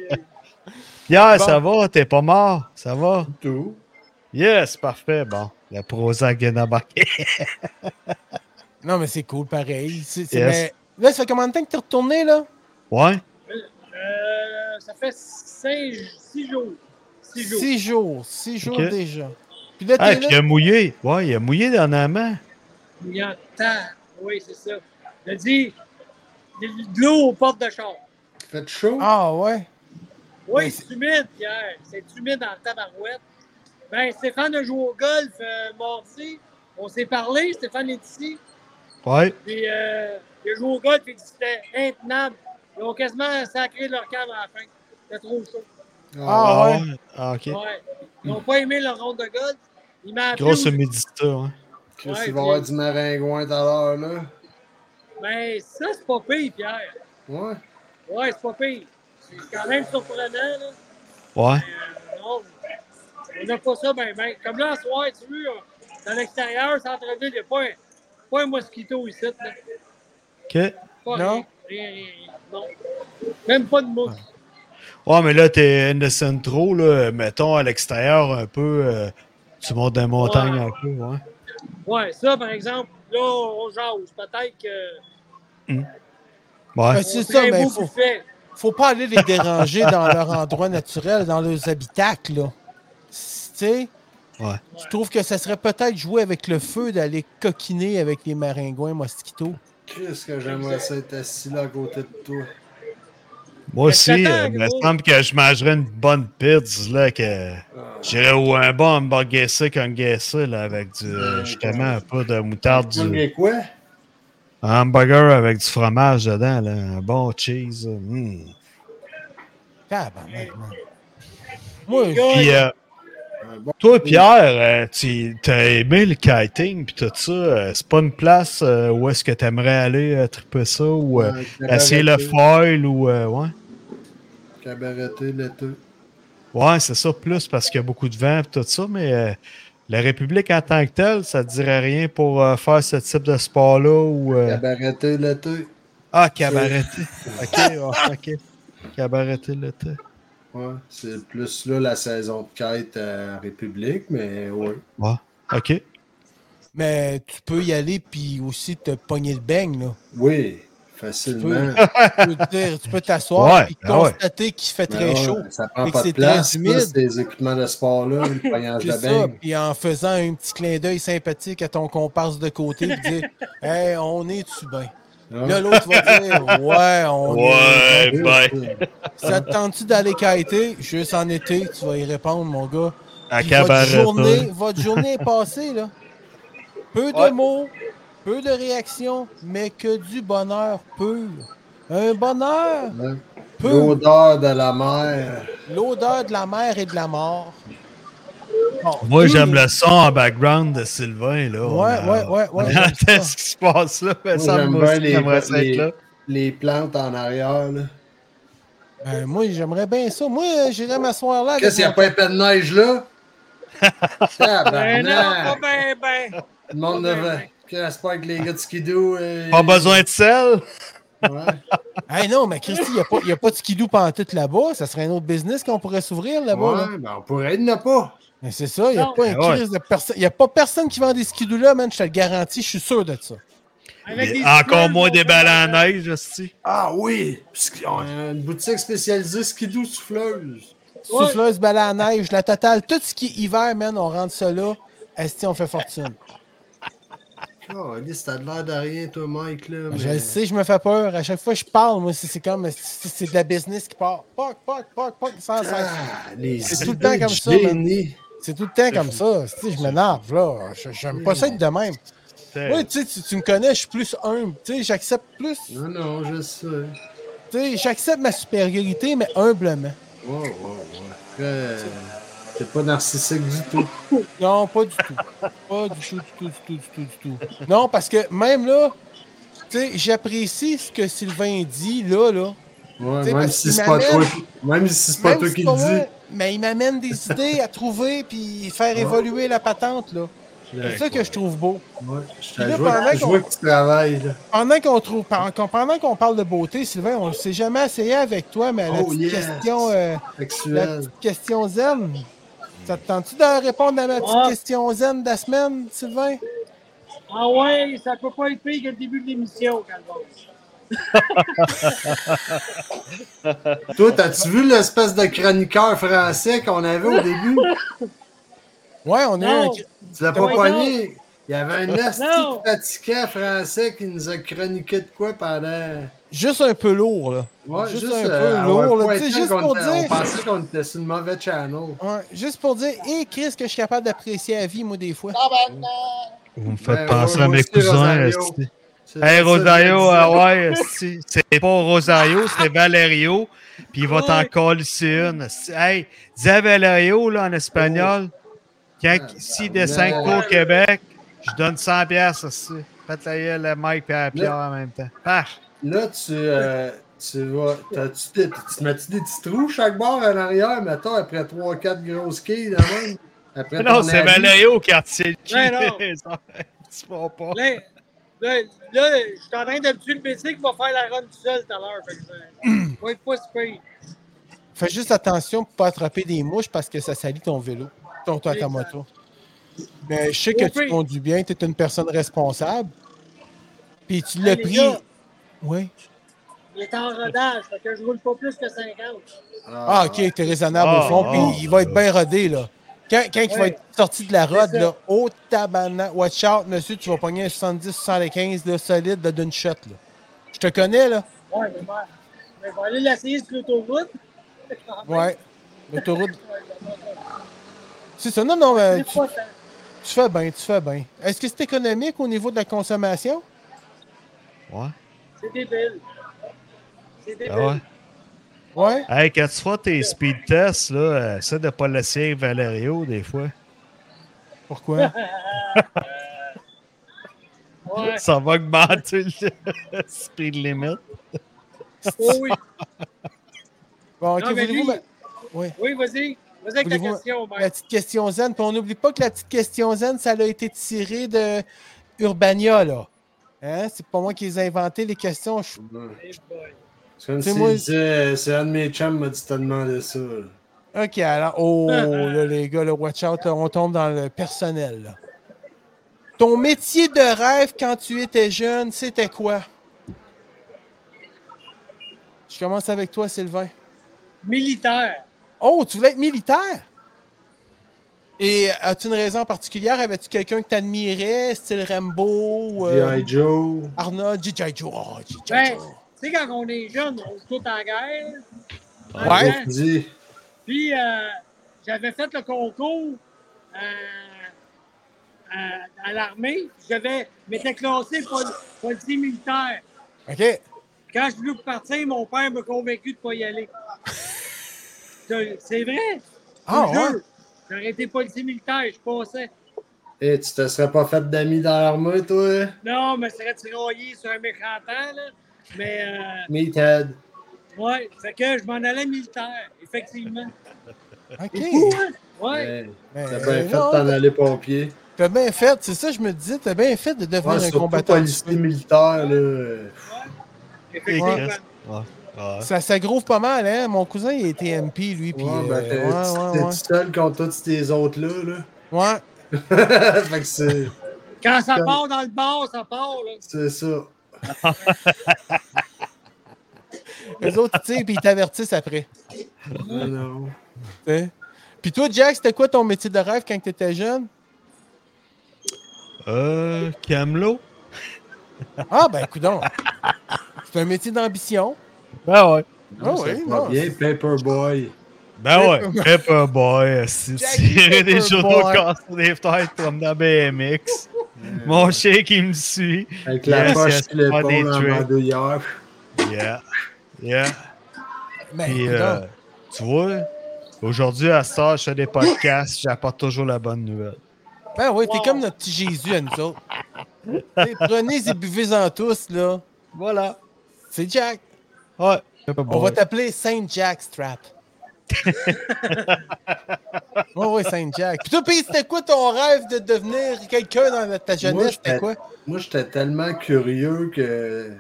Speaker 3: Pierre, ça va? T'es pas mort? Ça va?
Speaker 2: Tout.
Speaker 3: Yes, parfait. Bon, le Prozac vient d'embarquer.
Speaker 1: Non, mais c'est cool, pareil. C'est- c'est-
Speaker 3: Yes.
Speaker 1: mais là, ça fait combien de temps que t'es retourné, là?
Speaker 3: Ouais?
Speaker 6: euh, ça fait cinq, six jours. Six jours.
Speaker 1: Six jours. Six jours
Speaker 3: OK.
Speaker 1: déjà. Puis là,
Speaker 3: Ah,
Speaker 1: t'es
Speaker 3: puis il
Speaker 1: là.
Speaker 3: a mouillé. Ouais, il a mouillé dernièrement.
Speaker 6: Il entend. Oui, c'est ça. Il a dit de de l'eau aux portes de char.
Speaker 2: Faites chaud.
Speaker 1: Ah, ouais.
Speaker 6: Oui,
Speaker 1: Mais
Speaker 6: c'est humide, Pierre. C'est humide en tabarouette. Ben, Stéphane a joué au golf euh, mardi. On s'est parlé, Stéphane est ici.
Speaker 3: Ouais.
Speaker 6: Puis, euh, il a joué au golf et c'était intenable. Ils ont quasiment sacré leur camp à la fin. C'était trop chaud.
Speaker 1: Ah, ouais.
Speaker 3: Ah, ok.
Speaker 6: Ouais. Ils n'ont pas aimé leur ronde de golf. Ils m'ont appelé.
Speaker 3: Grosse
Speaker 6: aussi.
Speaker 3: humidité, ouais.
Speaker 2: Chris,
Speaker 6: ouais,
Speaker 2: il
Speaker 6: puis-
Speaker 2: va y avoir du maringouin tout à l'heure, là.
Speaker 6: Ben, ça, c'est pas pire, Pierre.
Speaker 2: Ouais.
Speaker 6: Ouais, c'est pas pire. C'est quand même surprenant, là.
Speaker 3: Ouais.
Speaker 6: Euh, non, on n'a pas ça, ben, ben. Comme là, ce soir, tu veux, euh, dans l'extérieur, centre-ville, il n'y a pas un, pas un mosquito ici. Là.
Speaker 3: Ok.
Speaker 6: Pas
Speaker 1: Non.
Speaker 6: rien, rien, rien, rien. Non. Même pas de mousse.
Speaker 3: Ouais, mais là, t'es innocent trop, là. Mettons à l'extérieur un peu. euh, tu montes des montagnes
Speaker 6: Ouais.
Speaker 3: un peu, ouais.
Speaker 6: Ouais, ça, par exemple, là, on jase. Peut-être que.
Speaker 3: Ouais.
Speaker 1: Ben, c'est ça, mais
Speaker 6: mais
Speaker 1: il faut, faut pas aller les déranger dans leur endroit naturel, dans leurs habitacles, là. C- Tu sais?
Speaker 3: Ouais.
Speaker 1: Je trouve que ça serait peut-être jouer avec le feu d'aller coquiner avec les maringouins mosquitos.
Speaker 2: Chris, que j'aimerais ça être assis là à côté de toi.
Speaker 3: Moi aussi,
Speaker 6: Mais
Speaker 3: euh,
Speaker 6: t'attends,
Speaker 3: il me
Speaker 6: gros.
Speaker 3: semble que je mangerais une bonne pizza, là, que
Speaker 2: Ah.
Speaker 3: j'irais ou un bon hamburger sec, un guessé, là, avec du, euh, justement, un peu de moutarde,
Speaker 2: Tu
Speaker 3: du
Speaker 2: veux quoi?
Speaker 3: un hamburger avec du fromage dedans, là, un bon cheese. hum.
Speaker 1: Tabarnak, man. Moi, je-
Speaker 3: Puis, euh,
Speaker 2: Un bon
Speaker 3: toi, Pierre, euh, tu as aimé le kiting, puis tout ça, euh, c'est pas une place euh, où est-ce que tu aimerais aller euh, triper ça, ou euh,
Speaker 2: un
Speaker 3: essayer le
Speaker 2: cabareté-
Speaker 3: foil, ou, euh, ouais?
Speaker 2: Cabareté l'été.
Speaker 3: Ouais, c'est ça, plus parce qu'il y a beaucoup de vent et tout ça, mais euh, la République en tant que telle, ça ne dirait rien pour euh, faire ce type de sport-là ou. euh,
Speaker 2: Cabareté l'été.
Speaker 3: Ah, cabareté. ok, ouais, ok. Cabareté l'été.
Speaker 2: Ouais, c'est plus là la saison de kite à République, mais ouais.
Speaker 3: Ok.
Speaker 1: mais tu peux y aller puis aussi te pogner le beigne, là.
Speaker 2: Oui, facilement.
Speaker 1: Tu peux te- tu peux t'asseoir
Speaker 3: Ouais,
Speaker 1: et
Speaker 3: ah ouais.
Speaker 1: constater qu'il fait
Speaker 2: Mais
Speaker 1: très
Speaker 2: Ben ouais,
Speaker 1: chaud.
Speaker 2: Ça prend
Speaker 1: Fait
Speaker 2: pas
Speaker 1: que
Speaker 2: de
Speaker 1: c'est
Speaker 2: place,
Speaker 1: très
Speaker 2: ça,
Speaker 1: humide.
Speaker 2: c'est des équipements de sport là, le pognage
Speaker 1: C'est
Speaker 2: de
Speaker 1: ça,
Speaker 2: bain.
Speaker 1: puis en faisant un petit clin d'œil sympathique à ton comparse de côté, puis dire Hey, on est-tu bien?
Speaker 2: Hein?
Speaker 1: Là, l'autre va dire Ouais, on est. bien. Ça te tente-tu d'aller kiter? Juste en été, tu vas y répondre, mon gars.
Speaker 3: À hein.
Speaker 1: Puis votre, journée,
Speaker 3: cabareté.
Speaker 1: votre journée est passée, là. Peu de mots, peu de réactions, mais que du bonheur pur. Un bonheur pur.
Speaker 2: L'odeur de la mer.
Speaker 1: L'odeur de la mer et de la mort. Bon,
Speaker 3: Moi,
Speaker 1: tout
Speaker 3: j'aime
Speaker 1: est-
Speaker 3: le son en background de Sylvain, là. on
Speaker 1: Ouais,
Speaker 3: a-
Speaker 1: ouais, ouais,
Speaker 3: on
Speaker 1: ouais,
Speaker 3: entend
Speaker 1: j'aime ça.
Speaker 3: ce qui se passe là, mais
Speaker 2: Moi,
Speaker 3: ça
Speaker 2: j'aime
Speaker 3: me
Speaker 2: bien
Speaker 3: aussi,
Speaker 2: les-
Speaker 3: j'aimerais ça être là.
Speaker 2: Les plantes en arrière. là.
Speaker 1: Ben, moi, j'aimerais bien ça. Moi, euh, j'irais m'asseoir là. avec
Speaker 2: Qu'est-ce qu'il n'y a
Speaker 1: mon-
Speaker 2: pas un peu de neige là?
Speaker 6: Ben non, pas
Speaker 2: Tabarnak!
Speaker 6: ben, ben.
Speaker 2: Le monde ne va. J'espère que les gars de Skidoo. euh,
Speaker 3: Pas besoin de sel?
Speaker 2: Ouais.
Speaker 1: Hey non, mais Christy, il n'y a, pas- y a pas de skidoo pantoute là-bas. Ça serait un autre business qu'on pourrait s'ouvrir là-bas. là.
Speaker 2: Ouais, ben on pourrait il n'y en a pas.
Speaker 1: Mais c'est ça, il n'y a,
Speaker 6: Non.
Speaker 1: pas un
Speaker 3: Ben ouais.
Speaker 1: crise de perso- y a pas personne qui vend des skidoo là, man. Je te le garantis, je suis sûr de ça.
Speaker 6: Avec
Speaker 3: Mais
Speaker 6: des
Speaker 3: Encore
Speaker 6: semaines,
Speaker 3: moins
Speaker 6: on
Speaker 3: des
Speaker 6: fait
Speaker 3: balles
Speaker 6: la-
Speaker 3: à neige, hostie.
Speaker 2: Ah oui! Ski- on a Euh, Une boutique spécialisée Skidoo souffleuse.
Speaker 6: Ouais.
Speaker 1: Souffleuse, balai à neige, la totale, tout ce qui est hiver, man, on rentre ça là. Esti, on fait fortune.
Speaker 2: Oh, Alice, t'as de l'air de rien, toi, Mike, là.
Speaker 1: Je
Speaker 2: mais-
Speaker 1: le sais, je me fais peur. À chaque fois que je parle, moi, c'est c'est comme c'est c'est de la business qui part. Poc, poc, poc, poc, sans cesse.
Speaker 2: Ah, les
Speaker 1: C'est tout le
Speaker 2: idées
Speaker 1: temps comme
Speaker 2: de
Speaker 1: ça, man.
Speaker 2: génie.
Speaker 1: C'est tout le temps comme ça. Tu sais, je m'énerve, là. Je- J'aime pas ça être de même. Moi, tu sais, tu, tu me connais, je suis plus humble. Tu sais, j'accepte plus. Tu
Speaker 2: Non, non, je sais. Ouais,
Speaker 1: sais, j'accepte ma supériorité, mais humblement.
Speaker 2: ouais, ouais. Très- T'es pas narcissique du tout.
Speaker 1: Non, pas du tout. Pas du tout, du tout, du tout, du tout, du tout. Non, parce que même là, tu sais, j'apprécie ce que Sylvain dit, là, là.
Speaker 2: Ouais,
Speaker 1: T'sais,
Speaker 2: même
Speaker 1: parce
Speaker 2: si
Speaker 1: qu'il
Speaker 2: c'est pas toi,
Speaker 1: m'amène-
Speaker 2: même si c'est pas
Speaker 1: Même
Speaker 2: toi
Speaker 1: si
Speaker 2: qui
Speaker 1: pas
Speaker 2: le
Speaker 1: moi,
Speaker 2: dis.
Speaker 1: Mais il m'amène des idées à trouver puis faire évoluer la patente, là. C'est ça que je trouve beau.
Speaker 2: Ouais, je
Speaker 1: Puis là,
Speaker 2: te vois,
Speaker 1: pendant
Speaker 2: je vois
Speaker 1: qu'on-
Speaker 2: que tu travailles. Là.
Speaker 1: Pendant qu'on trouve, pen- qu'on- pendant qu'on parle de beauté, Sylvain, on ne s'est jamais essayé avec toi, mais la
Speaker 2: Oh,
Speaker 1: petite
Speaker 2: yes.
Speaker 1: question, euh, la
Speaker 2: Sexuel.
Speaker 1: petite question zen. Ça te tente-tu de répondre à ma petite
Speaker 6: Ouais.
Speaker 1: question zen de la semaine, Sylvain?
Speaker 6: Ah ouais, ça peut pas être pire que le début de l'émission, Calvose.
Speaker 2: Toi, t'as-tu vu l'espèce de chroniqueur français qu'on avait au début?
Speaker 1: Ouais, on a un...
Speaker 6: Non,
Speaker 2: Tu l'as pas
Speaker 6: Ouais,
Speaker 2: pogné? Il y avait un esti
Speaker 6: Non.
Speaker 2: fatigant français qui nous a chroniqué de quoi pendant...
Speaker 1: juste un peu lourd, là.
Speaker 2: Ouais,
Speaker 1: Juste
Speaker 2: juste,
Speaker 1: un peu
Speaker 2: euh, à
Speaker 1: lourd,
Speaker 2: un
Speaker 1: là,
Speaker 2: point
Speaker 1: tu sais,
Speaker 2: tel
Speaker 1: juste
Speaker 2: qu'on
Speaker 1: pour
Speaker 2: était-
Speaker 1: dire.
Speaker 2: On pensait qu'on était sur le mauvais channel.
Speaker 1: Ouais, juste pour dire, hé, Chris, que je suis capable d'apprécier la vie, moi, des fois.
Speaker 10: Tabarnak.
Speaker 8: Vous me
Speaker 2: Ben,
Speaker 8: faites penser
Speaker 2: ouais,
Speaker 8: à
Speaker 2: moi
Speaker 8: mes
Speaker 2: aussi,
Speaker 8: cousins,
Speaker 2: Rosario.
Speaker 8: esti.
Speaker 2: C'est pour
Speaker 3: Hey
Speaker 2: ça que je
Speaker 3: Rosario,
Speaker 1: euh,
Speaker 2: disais.
Speaker 3: ah ouais, esti. c'est pas Rosario, c'est Valerio. Puis il va t'en coller une. esti. Hey, dis à Valerio là, en espagnol,
Speaker 2: Oh.
Speaker 3: quand si descend
Speaker 2: ben.
Speaker 3: au Québec, je donne 100 piastres. esti. Faites la gueule à Mike et à Pierre en même temps. Paf!
Speaker 2: Là, tu, euh, tu vas. t'as-tu des- tu mets-tu des petits trous chaque bord en arrière, mettons, après 3-4 grosses quilles, là même? Après
Speaker 3: Non,
Speaker 2: ton
Speaker 3: c'est
Speaker 2: avis?
Speaker 3: Valerio qui a tiré.
Speaker 6: Ouais, non.
Speaker 3: Tu vas pas.
Speaker 6: Là, là, là, je suis en train d'habituer le métier qui va faire la run tout seul tout à l'heure. Fait que, euh, faut être pas si pire.
Speaker 1: Fais juste attention pour pas attraper des mouches parce que ça salit ton vélo, ton, ta- ta moto. Mais je sais que
Speaker 6: Au
Speaker 1: tu
Speaker 6: pire.
Speaker 1: conduis bien, tu es une personne responsable. Puis tu l'as
Speaker 6: Hey, les
Speaker 1: pris.
Speaker 6: gars,
Speaker 1: Oui.
Speaker 6: Il est en rodage, fait que je roule pas plus que 50.
Speaker 1: Ah, ok, t'es raisonnable au
Speaker 3: Ah,
Speaker 1: fond,
Speaker 3: ah,
Speaker 1: puis il va être bien rodé, là. Quand, quand il va
Speaker 6: Ouais.
Speaker 1: être sorti de la rode,
Speaker 6: ça.
Speaker 1: là, au tabarnak, watch out, monsieur, tu vas pogner un 70-75 de solide là, d'une shot, là. Je te connais, là.
Speaker 6: Ouais, mais moi, mais je vais aller l'essayer sur l'autoroute.
Speaker 1: Ouais. L'autoroute. C'est ça. Non, non, mais
Speaker 6: C'est
Speaker 1: tu,
Speaker 6: pas ça.
Speaker 1: tu fais bien, tu fais bien. Est-ce que c'est économique au niveau de la consommation?
Speaker 3: Ouais.
Speaker 6: C'est débile. C'est débile.
Speaker 3: Ah
Speaker 1: Ouais.
Speaker 3: ouais. Hey, quand tu feras tes speed tests, là, euh, essaie de pas laisser avec Valerio des fois.
Speaker 1: Pourquoi?
Speaker 6: Ouais.
Speaker 3: Ça va augmenter le speed limit.
Speaker 6: Oh oui.
Speaker 1: Bon, ok,
Speaker 6: Non, mais
Speaker 1: voulez-vous
Speaker 6: lui-
Speaker 1: ma- Ouais.
Speaker 6: Oui, vas-y. Vas-y avec ta
Speaker 1: Voulez-vous-
Speaker 6: question, ben.
Speaker 1: La
Speaker 6: Mike.
Speaker 1: petite question zen. Puis on n'oublie pas que la petite question zen, ça a été tiré de Urbania, là. Hein? C'est pas moi qui les ai inventé, les questions. Je-
Speaker 6: Eh boy.
Speaker 2: C'est comme
Speaker 1: C'est
Speaker 2: si
Speaker 1: moi-
Speaker 2: il disait, c'est un de mes chums m'a dit t'as demandé ça. là.
Speaker 1: Ok, alors. Oh, là, les gars, le watch out, là, on tombe dans le personnel, là. Ton métier de rêve quand tu étais jeune, c'était quoi? Je commence avec toi, Sylvain.
Speaker 6: Militaire.
Speaker 1: Oh, tu voulais être militaire? Et as-tu une raison particulière? Avais-tu quelqu'un que t'admirais, style Rambo, ou, euh,
Speaker 2: G.I. Joe.
Speaker 1: Arnold, G.I. Joe? oh, G.I.
Speaker 6: Ben,
Speaker 1: Joe.
Speaker 6: tu sais, quand on est jeune, on est tout en guerre.
Speaker 1: Ouais.
Speaker 6: Hein?
Speaker 2: Dit,
Speaker 6: Puis, euh, j'avais fait le concours euh, à, à l'armée. J'avais, m'étais classé pol- policier militaire.
Speaker 1: OK.
Speaker 6: Quand je voulais partir, mon père m'a convaincu de ne pas y aller. C'est c'est vrai?
Speaker 1: Ah,
Speaker 6: Je
Speaker 1: ouais?
Speaker 6: vous jure. J'aurais été policier militaire, je passais.
Speaker 2: Eh, tu te serais pas fait d'amis dans l'armée, toi?
Speaker 6: Non, mais je serais tiraillé sur un méchantant, là. Mais, euh,
Speaker 2: Meathead.
Speaker 6: ouais, fait que je m'en allais militaire, effectivement.
Speaker 1: OK.
Speaker 6: C'est fou, hein? Ouais.
Speaker 2: Hey,
Speaker 1: Ben,
Speaker 2: Eh, T'as bien fait
Speaker 1: non,
Speaker 2: d'en aller pompier.
Speaker 1: T'as bien fait, c'est ça, je me disais, t'as bien fait de devenir
Speaker 2: Ouais,
Speaker 1: un
Speaker 2: surtout
Speaker 1: combattant. du
Speaker 2: policier
Speaker 1: feu.
Speaker 2: militaire, là.
Speaker 6: Effectivement.
Speaker 3: Ouais. Ah.
Speaker 1: Ça, ça groove pas mal, hein? Mon cousin, il était MP, lui, puis...
Speaker 2: ouais, ben,
Speaker 1: euh,
Speaker 2: t'es
Speaker 1: ouais,
Speaker 2: t'es
Speaker 1: ouais,
Speaker 2: tout seul contre tous ces autres-là,
Speaker 1: ouais. Ouais.
Speaker 2: là. fait que c'est,
Speaker 6: Quand ça part dans le bar, ça part. Là.
Speaker 2: c'est ça.
Speaker 1: Eux autres, tu sais, puis ils t'avertissent après.
Speaker 2: Ah, non.
Speaker 1: tu sais. Puis toi, Jack, c'était quoi ton métier de rêve quand t'étais jeune?
Speaker 3: Euh, Camelot?
Speaker 1: Ah, ben, coudon. C'est un métier d'ambition.
Speaker 3: Ben ouais.
Speaker 1: Ah
Speaker 2: Non,
Speaker 1: oui,
Speaker 2: c'est
Speaker 1: non,
Speaker 2: pas bien, Paperboy.
Speaker 3: Ben ouais. Paper Boy. Si
Speaker 1: Jack
Speaker 3: tirer des
Speaker 1: Paper
Speaker 3: journaux
Speaker 1: Boy.
Speaker 3: cassés des fenêtres comme dans BMX. Mon chien qui me suit.
Speaker 2: Avec la
Speaker 3: Yes,
Speaker 2: poche
Speaker 3: yes,
Speaker 2: sur l'épaule
Speaker 3: pas des
Speaker 2: en
Speaker 3: tricks.
Speaker 2: bandoulière.
Speaker 3: Yeah. Yeah.
Speaker 1: Ben,
Speaker 3: Puis,
Speaker 1: coudonc.
Speaker 3: euh, tu vois, aujourd'hui, à ce heure, je fais des podcasts, j'apporte toujours la bonne nouvelle.
Speaker 1: Ben oui, t'es
Speaker 6: Wow.
Speaker 1: comme notre petit Jésus à nous autres. T'sais, Prenez et buvez-en tous, là.
Speaker 3: Voilà.
Speaker 1: C'est Jack.
Speaker 3: Ouais. Paper
Speaker 1: On va
Speaker 3: Boy.
Speaker 1: t'appeler Saint Jack Strap. Oh oui, oui, Saint Jack. Puis toi, Pete, c'était quoi ton rêve de devenir quelqu'un dans ta
Speaker 2: Moi,
Speaker 1: jeunesse? C'était
Speaker 2: j'étais-
Speaker 1: quoi?
Speaker 2: Moi, j'étais tellement curieux que.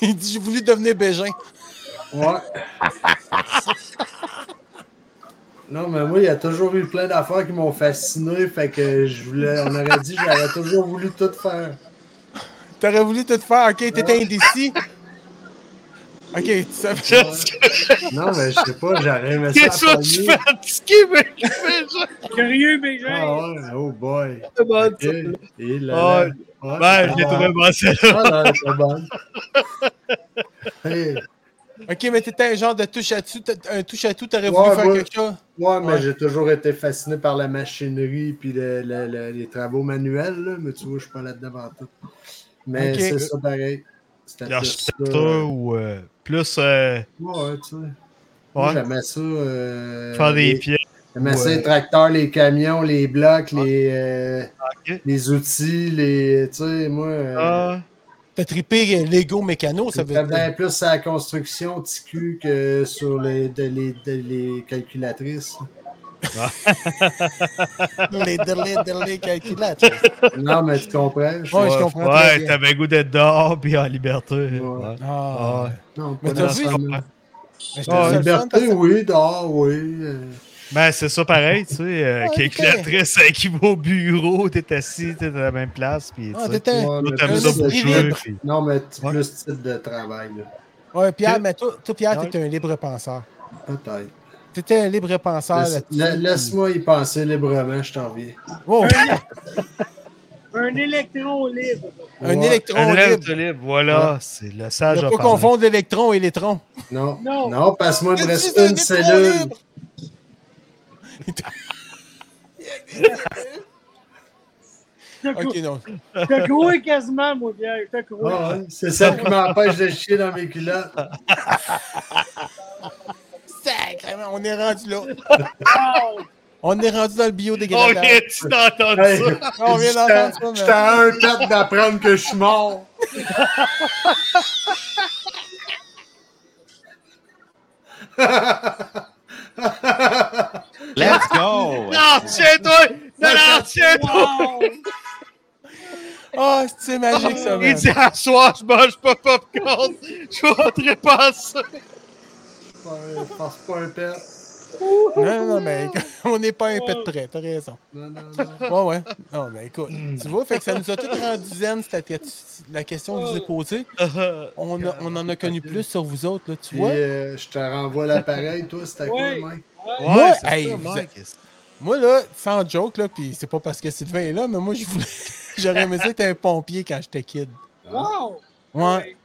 Speaker 1: Il dit, j'ai voulu devenir Bégin.
Speaker 2: Ouais. Non, mais moi, il y a toujours eu plein d'affaires qui m'ont fasciné. Fait que je voulais. On aurait dit, j'avais toujours voulu tout faire.
Speaker 1: T'aurais voulu tout faire, ok? T'étais indécis. Ok, tu savais.
Speaker 2: Non, mais je sais pas, j'aurais aimé ça.
Speaker 3: Qu'est-ce que tu
Speaker 2: pogner.
Speaker 3: fais? Tu mais je fais ça.
Speaker 6: Curieux, mais
Speaker 2: Ah
Speaker 6: gens.
Speaker 2: ouais, oh boy.
Speaker 3: Bon,
Speaker 2: Ok. Et là,
Speaker 3: Ah,
Speaker 2: là. Ouais,
Speaker 3: Ben, je
Speaker 2: c'est
Speaker 3: l'ai
Speaker 2: bon.
Speaker 3: trouvé bon, celle-là.
Speaker 2: Ah, non, c'est bon. Hey.
Speaker 1: Ok, mais t'étais un genre de touche à tout, t'as- un touche à tout, t'aurais
Speaker 2: Ouais,
Speaker 1: voulu faire
Speaker 2: ouais.
Speaker 1: quelque chose.
Speaker 2: Ouais, mais
Speaker 1: Ouais.
Speaker 2: j'ai toujours été fasciné par la machinerie puis le- le- le- les travaux manuels, là, mais tu vois, je suis pas là-dedans en tout. Mais
Speaker 1: Ok.
Speaker 2: c'est ça pareil. C'était plus ça.
Speaker 3: L'architecture ou euh, plus euh,
Speaker 2: Ouais, tu sais. Moi,
Speaker 3: ouais,
Speaker 2: J'aimais ça. euh,
Speaker 3: faire des
Speaker 2: les-
Speaker 3: pieds.
Speaker 2: J'aimais ça,
Speaker 3: ouais.
Speaker 2: les tracteurs, les camions, les blocs, les, euh,
Speaker 3: Ok.
Speaker 2: les outils, les. Tu sais, moi. euh,
Speaker 3: Ah,
Speaker 1: T'as trippé Lego Mécano, ça veut
Speaker 2: J'étais
Speaker 1: dire.
Speaker 2: bien plus à la construction TQ que sur les, de- les, de- les calculatrices.
Speaker 1: Les délais, délais calculatrices.
Speaker 2: non, mais tu comprends? je suis-
Speaker 1: Ouais, je comprends. très
Speaker 3: ouais,
Speaker 1: bien.
Speaker 3: t'avais goût d'être dehors puis en liberté.
Speaker 2: Ouais.
Speaker 1: Ah,
Speaker 3: Ah, ouais.
Speaker 2: Non,
Speaker 1: Mais
Speaker 2: pas
Speaker 1: t'as
Speaker 2: dans
Speaker 1: vu,
Speaker 2: ce
Speaker 1: je
Speaker 2: moment.
Speaker 1: Mais je te
Speaker 3: Ah,
Speaker 1: le
Speaker 2: La
Speaker 1: fais le fun, parce
Speaker 2: liberté,
Speaker 1: que-
Speaker 2: oui, dehors, oui. euh,
Speaker 3: Ben, c'est ça pareil, tu sais. Euh,
Speaker 1: Ouais,
Speaker 3: qui calculatrice elle qui va au bureau, t'es assis, t'es à la même place. Puis,
Speaker 1: Ah,
Speaker 3: tu sais,
Speaker 1: t'étais-
Speaker 2: ouais,
Speaker 3: toi,
Speaker 2: mais
Speaker 3: t'aimes
Speaker 1: un
Speaker 3: ça
Speaker 2: plus
Speaker 3: pour
Speaker 1: esprit
Speaker 3: jouer.
Speaker 1: libre.
Speaker 3: puis-
Speaker 2: Non, mais t-
Speaker 3: Ouais.
Speaker 2: plus type de travail, là.
Speaker 1: Ouais, Pierre,
Speaker 3: Que-
Speaker 1: mais toi, toi, Pierre,
Speaker 3: Ouais.
Speaker 1: t'étais un libre penseur.
Speaker 2: Peut-être.
Speaker 1: T'étais un libre penseur
Speaker 2: Laisse-
Speaker 1: là-dessus. Oh,
Speaker 2: la- Laisse-moi y penser librement, je t'en reviens.
Speaker 1: Wow,
Speaker 6: Un électron libre.
Speaker 1: un
Speaker 2: Ouais.
Speaker 1: électron
Speaker 3: Un élève
Speaker 1: libre.
Speaker 3: de libre, voilà, c'est le
Speaker 1: Ne
Speaker 3: sage à
Speaker 1: pas
Speaker 3: parler.
Speaker 1: confondre électron et électron.
Speaker 2: Non,
Speaker 6: Non.
Speaker 2: non, parce que moi, il me
Speaker 1: Qu'est-ce
Speaker 2: reste
Speaker 1: que c'est,
Speaker 2: une
Speaker 1: un électron
Speaker 2: cellule.
Speaker 1: libre?
Speaker 6: Je te
Speaker 1: Ok,
Speaker 6: cou-
Speaker 1: non.
Speaker 6: je te crois quasiment, moi, Pierre. Je te crois.
Speaker 2: Ah, ouais, c'est ça qui m'empêche de chier dans mes culottes.
Speaker 1: Sacrément, on est rendu là.
Speaker 6: Wow.
Speaker 1: On est rendu dans le
Speaker 3: Oh,
Speaker 1: biodégradable.
Speaker 3: tu d'entendre
Speaker 2: Hey,
Speaker 3: ça?
Speaker 1: on vient d'entendre ça, mais-
Speaker 2: J'étais à un tap d'apprendre que je suis mort.
Speaker 11: Let's go!
Speaker 3: Non, tiens-toi! Non, Ah, non, tiens-toi!
Speaker 6: Wow.
Speaker 1: Ah, c'est magique ça,
Speaker 3: Il
Speaker 1: man.
Speaker 3: dit à soir, je mange pas de popcorn, je rentrerai pas ça.
Speaker 2: Ouais, Force pas un pet.
Speaker 1: Non, non, mais on n'est pas un peu de près, t'as raison.
Speaker 2: Non, non, non.
Speaker 1: Ouais, ouais. Non, mais écoute,
Speaker 3: Hmm.
Speaker 1: tu vois, fait que ça nous a tout rendu zen, c'était la question que je vous ai posée.
Speaker 2: Euh,
Speaker 1: On, a- on en a connu plus sur vous autres, là, tu
Speaker 2: Puis,
Speaker 1: vois.
Speaker 2: euh, je te renvoie l'appareil, toi, c'était
Speaker 6: Ouais.
Speaker 2: quoi, Mike?
Speaker 6: Ouais.
Speaker 1: Moi,
Speaker 3: c'est
Speaker 1: hey,
Speaker 3: ça,
Speaker 1: vous
Speaker 3: Mike.
Speaker 1: Moi, là, sans joke, là, puis c'est pas parce que Sylvain est là, mais moi, je voulais... j'aurais aimé ça être un pompier quand j'étais kid.
Speaker 6: Wow.
Speaker 1: Ouais.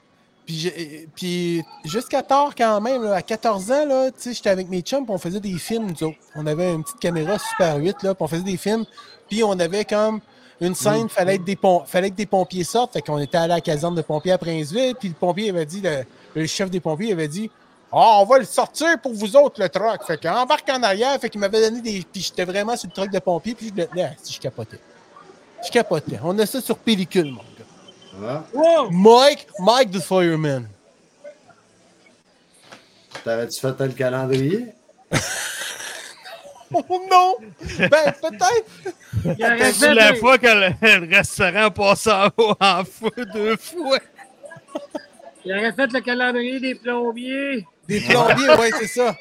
Speaker 1: Puis, j'ai- puis jusqu'à tard, quand même, là, à 14 ans, là, tu sais, j'étais avec mes chums, puis on faisait des films, nous autres. On avait une petite caméra Super 8, là, puis on faisait des films, puis on avait comme une scène, fallait que des, pom- fallait que des pompiers sortent, fait qu'on était allé à la caserne de pompiers à Princeville, puis le pompier avait dit, le, le chef des pompiers avait dit, ah, on va le sortir pour vous autres, le truck. Fait qu'on embarque en arrière. Fait qu'il m'avait donné des. Puis j'étais vraiment sur le truck de pompier. Puis je le tenais. Ah, si, je capotais. Je capotais. On a ça sur pellicule, mon gars.
Speaker 2: Ah,
Speaker 6: Wow.
Speaker 1: Mike, Mike the Fireman.
Speaker 2: T'avais-tu fait le calendrier?
Speaker 1: Oh non! Ben, peut-être.
Speaker 6: Il aurait
Speaker 3: C'est
Speaker 6: fait
Speaker 3: la
Speaker 6: des-
Speaker 3: fois que le, le restaurant passe en haut en feu deux fois.
Speaker 6: il aurait fait le calendrier des plombiers.
Speaker 1: Des plombiers, ouais, c'est ça.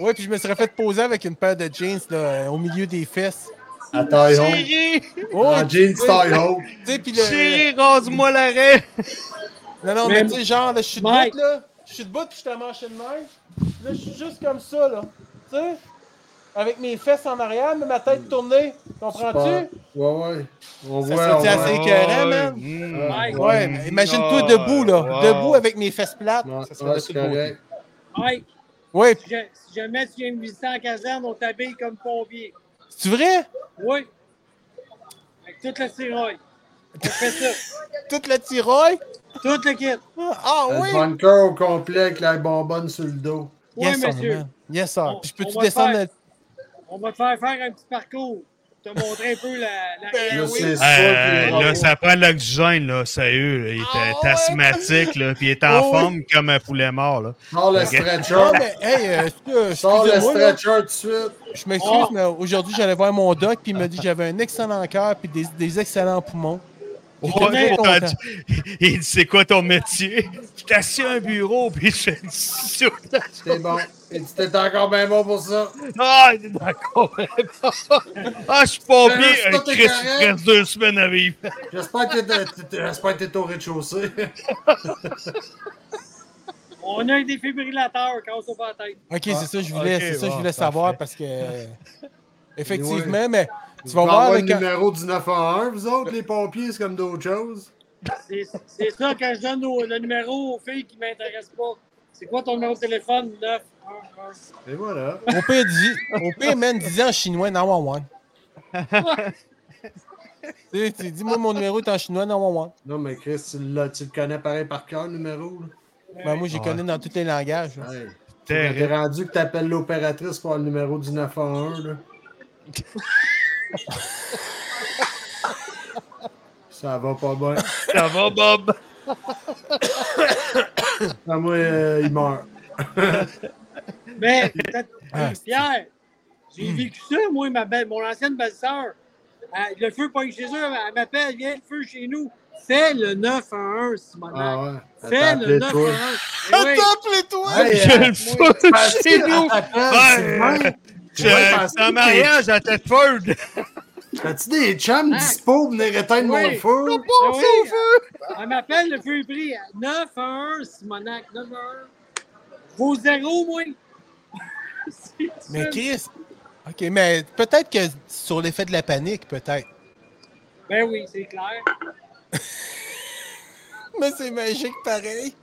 Speaker 1: Ouais, puis je me serais fait poser avec une paire de jeans là, au milieu des fesses.
Speaker 2: À taille haute.
Speaker 3: Chérie,
Speaker 1: Oh,
Speaker 2: En jeans taille haute.
Speaker 1: tu sais, puis le...
Speaker 3: chérie, rase-moi l'arrêt.
Speaker 1: Non, non, mais,
Speaker 6: Mais-
Speaker 1: tu sais, genre, là, je suis
Speaker 6: Mike.
Speaker 1: debout, là. Je suis debout, puis je suis à marcher de même. Là, je suis juste comme ça, là. Tu sais? Avec mes fesses en arrière, mais ma tête tournée.
Speaker 2: Ouais,
Speaker 1: Comprends-tu?
Speaker 2: ouais. On
Speaker 1: Ça
Speaker 2: voit. on
Speaker 1: serait-tu
Speaker 2: voit.
Speaker 1: assez écœurant, man?
Speaker 3: Mm.
Speaker 2: Ouais,
Speaker 6: Mike,
Speaker 1: Ouais, mais
Speaker 6: Ah,
Speaker 1: imagine-toi debout, là.
Speaker 3: Wow.
Speaker 1: Debout avec mes fesses plates.
Speaker 2: Ouais,
Speaker 1: ça serait
Speaker 2: ouais,
Speaker 1: de
Speaker 2: c'est
Speaker 1: toute beauté.
Speaker 2: correct.
Speaker 6: Mike,
Speaker 1: Ouais,
Speaker 6: si ja- si jamais tu viens me visiter en caserne, on t'habille comme plombier.
Speaker 1: c'est vrai?
Speaker 6: Oui. Avec toute la ciroille. On fait ça.
Speaker 1: Toute la tiraille?
Speaker 6: Toute le kit.
Speaker 1: Ah
Speaker 2: Le
Speaker 1: oui!
Speaker 2: bunker au complet avec la bonbonne sur le dos.
Speaker 6: Oui,
Speaker 1: yes, sir,
Speaker 6: monsieur.
Speaker 1: man. Yes, sir.
Speaker 6: On-
Speaker 1: Puis je peux-tu
Speaker 6: on va le
Speaker 1: descendre
Speaker 6: faire.
Speaker 1: le-
Speaker 6: On va te faire faire un petit parcours. Te montrer un peu la. la...
Speaker 1: Ben
Speaker 2: Là,
Speaker 1: oui.
Speaker 2: c'est ça.
Speaker 3: Euh,
Speaker 2: puis
Speaker 3: là,
Speaker 2: bravo.
Speaker 3: ça prend de l'oxygène, là, sérieux. là. Il est
Speaker 1: Ah,
Speaker 3: est asthmatique, là, puis il est en
Speaker 1: Oh, oui.
Speaker 3: forme comme un poulet mort. Là.
Speaker 2: Sors le
Speaker 3: Ok.
Speaker 1: Non,
Speaker 2: stretcher.
Speaker 1: mais, hey, euh, euh,
Speaker 2: Sors le
Speaker 1: excusez-moi, là.
Speaker 2: stretcher tout de suite.
Speaker 1: je m'excuse,
Speaker 6: Oh.
Speaker 1: mais aujourd'hui, j'allais voir mon doc, puis il m'a dit que j'avais un excellent cœur, puis des, des excellents poumons. J'étais
Speaker 3: Ouais,
Speaker 1: bien
Speaker 3: pour
Speaker 1: content.
Speaker 3: ta- il dit C'est quoi ton métier Je t'assieds à un bureau, puis je fais une soupe.
Speaker 2: C'est bon. Et tu t'es encore bien bon pour ça.
Speaker 3: Ah, il est d'accord. ah, je suis pompier.
Speaker 2: Ben,
Speaker 3: Euh,
Speaker 2: c'est pas
Speaker 3: Chris,
Speaker 2: correct.
Speaker 3: il reste deux semaines à vivre.
Speaker 2: J'espère que t'es- t'es- t'es- j'espère que t'es au rez-de-chaussée.
Speaker 6: On a un défibrillateur quand on se bat la tête.
Speaker 1: Ok,
Speaker 2: Ah,
Speaker 1: c'est ça, je voulais,
Speaker 3: ok,
Speaker 1: c'est ça, que je
Speaker 3: bon,
Speaker 1: voulais savoir
Speaker 3: parfait.
Speaker 1: parce que. euh, Effectivement,
Speaker 2: Ouais.
Speaker 1: mais tu vas
Speaker 2: Vous
Speaker 1: voir
Speaker 2: envoyez
Speaker 1: avec
Speaker 2: le
Speaker 1: un...
Speaker 2: numéro du 911, vous autres, les pompiers, c'est comme d'autres choses.
Speaker 6: C'est c'est ça quand je donne au- le numéro aux filles qui ne m'intéressent pas. C'est quoi ton numéro de téléphone? 911.
Speaker 2: Et voilà.
Speaker 1: Au pire, dis... Au pire, man, disais en chinois, non, one, one. Tu sais, tu dis, moi, mon numéro est en chinois, non, one, one.
Speaker 2: Non, mais Chris, tu, l'as- tu le connais pareil par cœur, le numéro. là.
Speaker 1: Ben, moi, j'ai
Speaker 3: Ouais.
Speaker 1: connu dans tous les langages. là.
Speaker 2: Hey, t'es
Speaker 3: Terrible.
Speaker 2: rendu que t'appelles l'opératrice pour avoir le numéro du 911. Là. ça va pas bien.
Speaker 3: Ça va, Bob
Speaker 2: Ah, moi, euh, il meurt.
Speaker 6: Mais, peut-être- euh,
Speaker 1: Ah.
Speaker 6: Pierre, j'ai vécu ça, moi, ma belle, mon ancienne belle-sœur. Elle- Le feu pogne chez eux, elle m'appelle, viens, le feu chez nous. Fais le 911,
Speaker 2: Ah
Speaker 6: Simonac.
Speaker 2: ouais.
Speaker 6: Fais
Speaker 2: Attends,
Speaker 6: le
Speaker 2: appelez-toi.
Speaker 6: 911.
Speaker 1: Attends,
Speaker 2: Hey, euh,
Speaker 3: Je le fous
Speaker 6: Eh oui.
Speaker 3: chez nous.
Speaker 2: Attends,
Speaker 3: Ben,
Speaker 2: c'est vrai. Ouais, parce
Speaker 3: Je
Speaker 2: que
Speaker 3: en mariage à Tetford.
Speaker 2: T'as-tu des chums dispo pour venir éteindre
Speaker 6: Oui.
Speaker 2: mon feu?
Speaker 6: Ah oui, euh, Elle m'appelle, le feu est pris. 9-1, Simonac, 9-1. Vos zéros, moi. C'est
Speaker 1: Mais
Speaker 6: ça.
Speaker 1: Chris, ok, mais peut-être que sur l'effet de la panique, peut-être.
Speaker 6: Ben oui, c'est clair.
Speaker 1: Mais c'est magique pareil.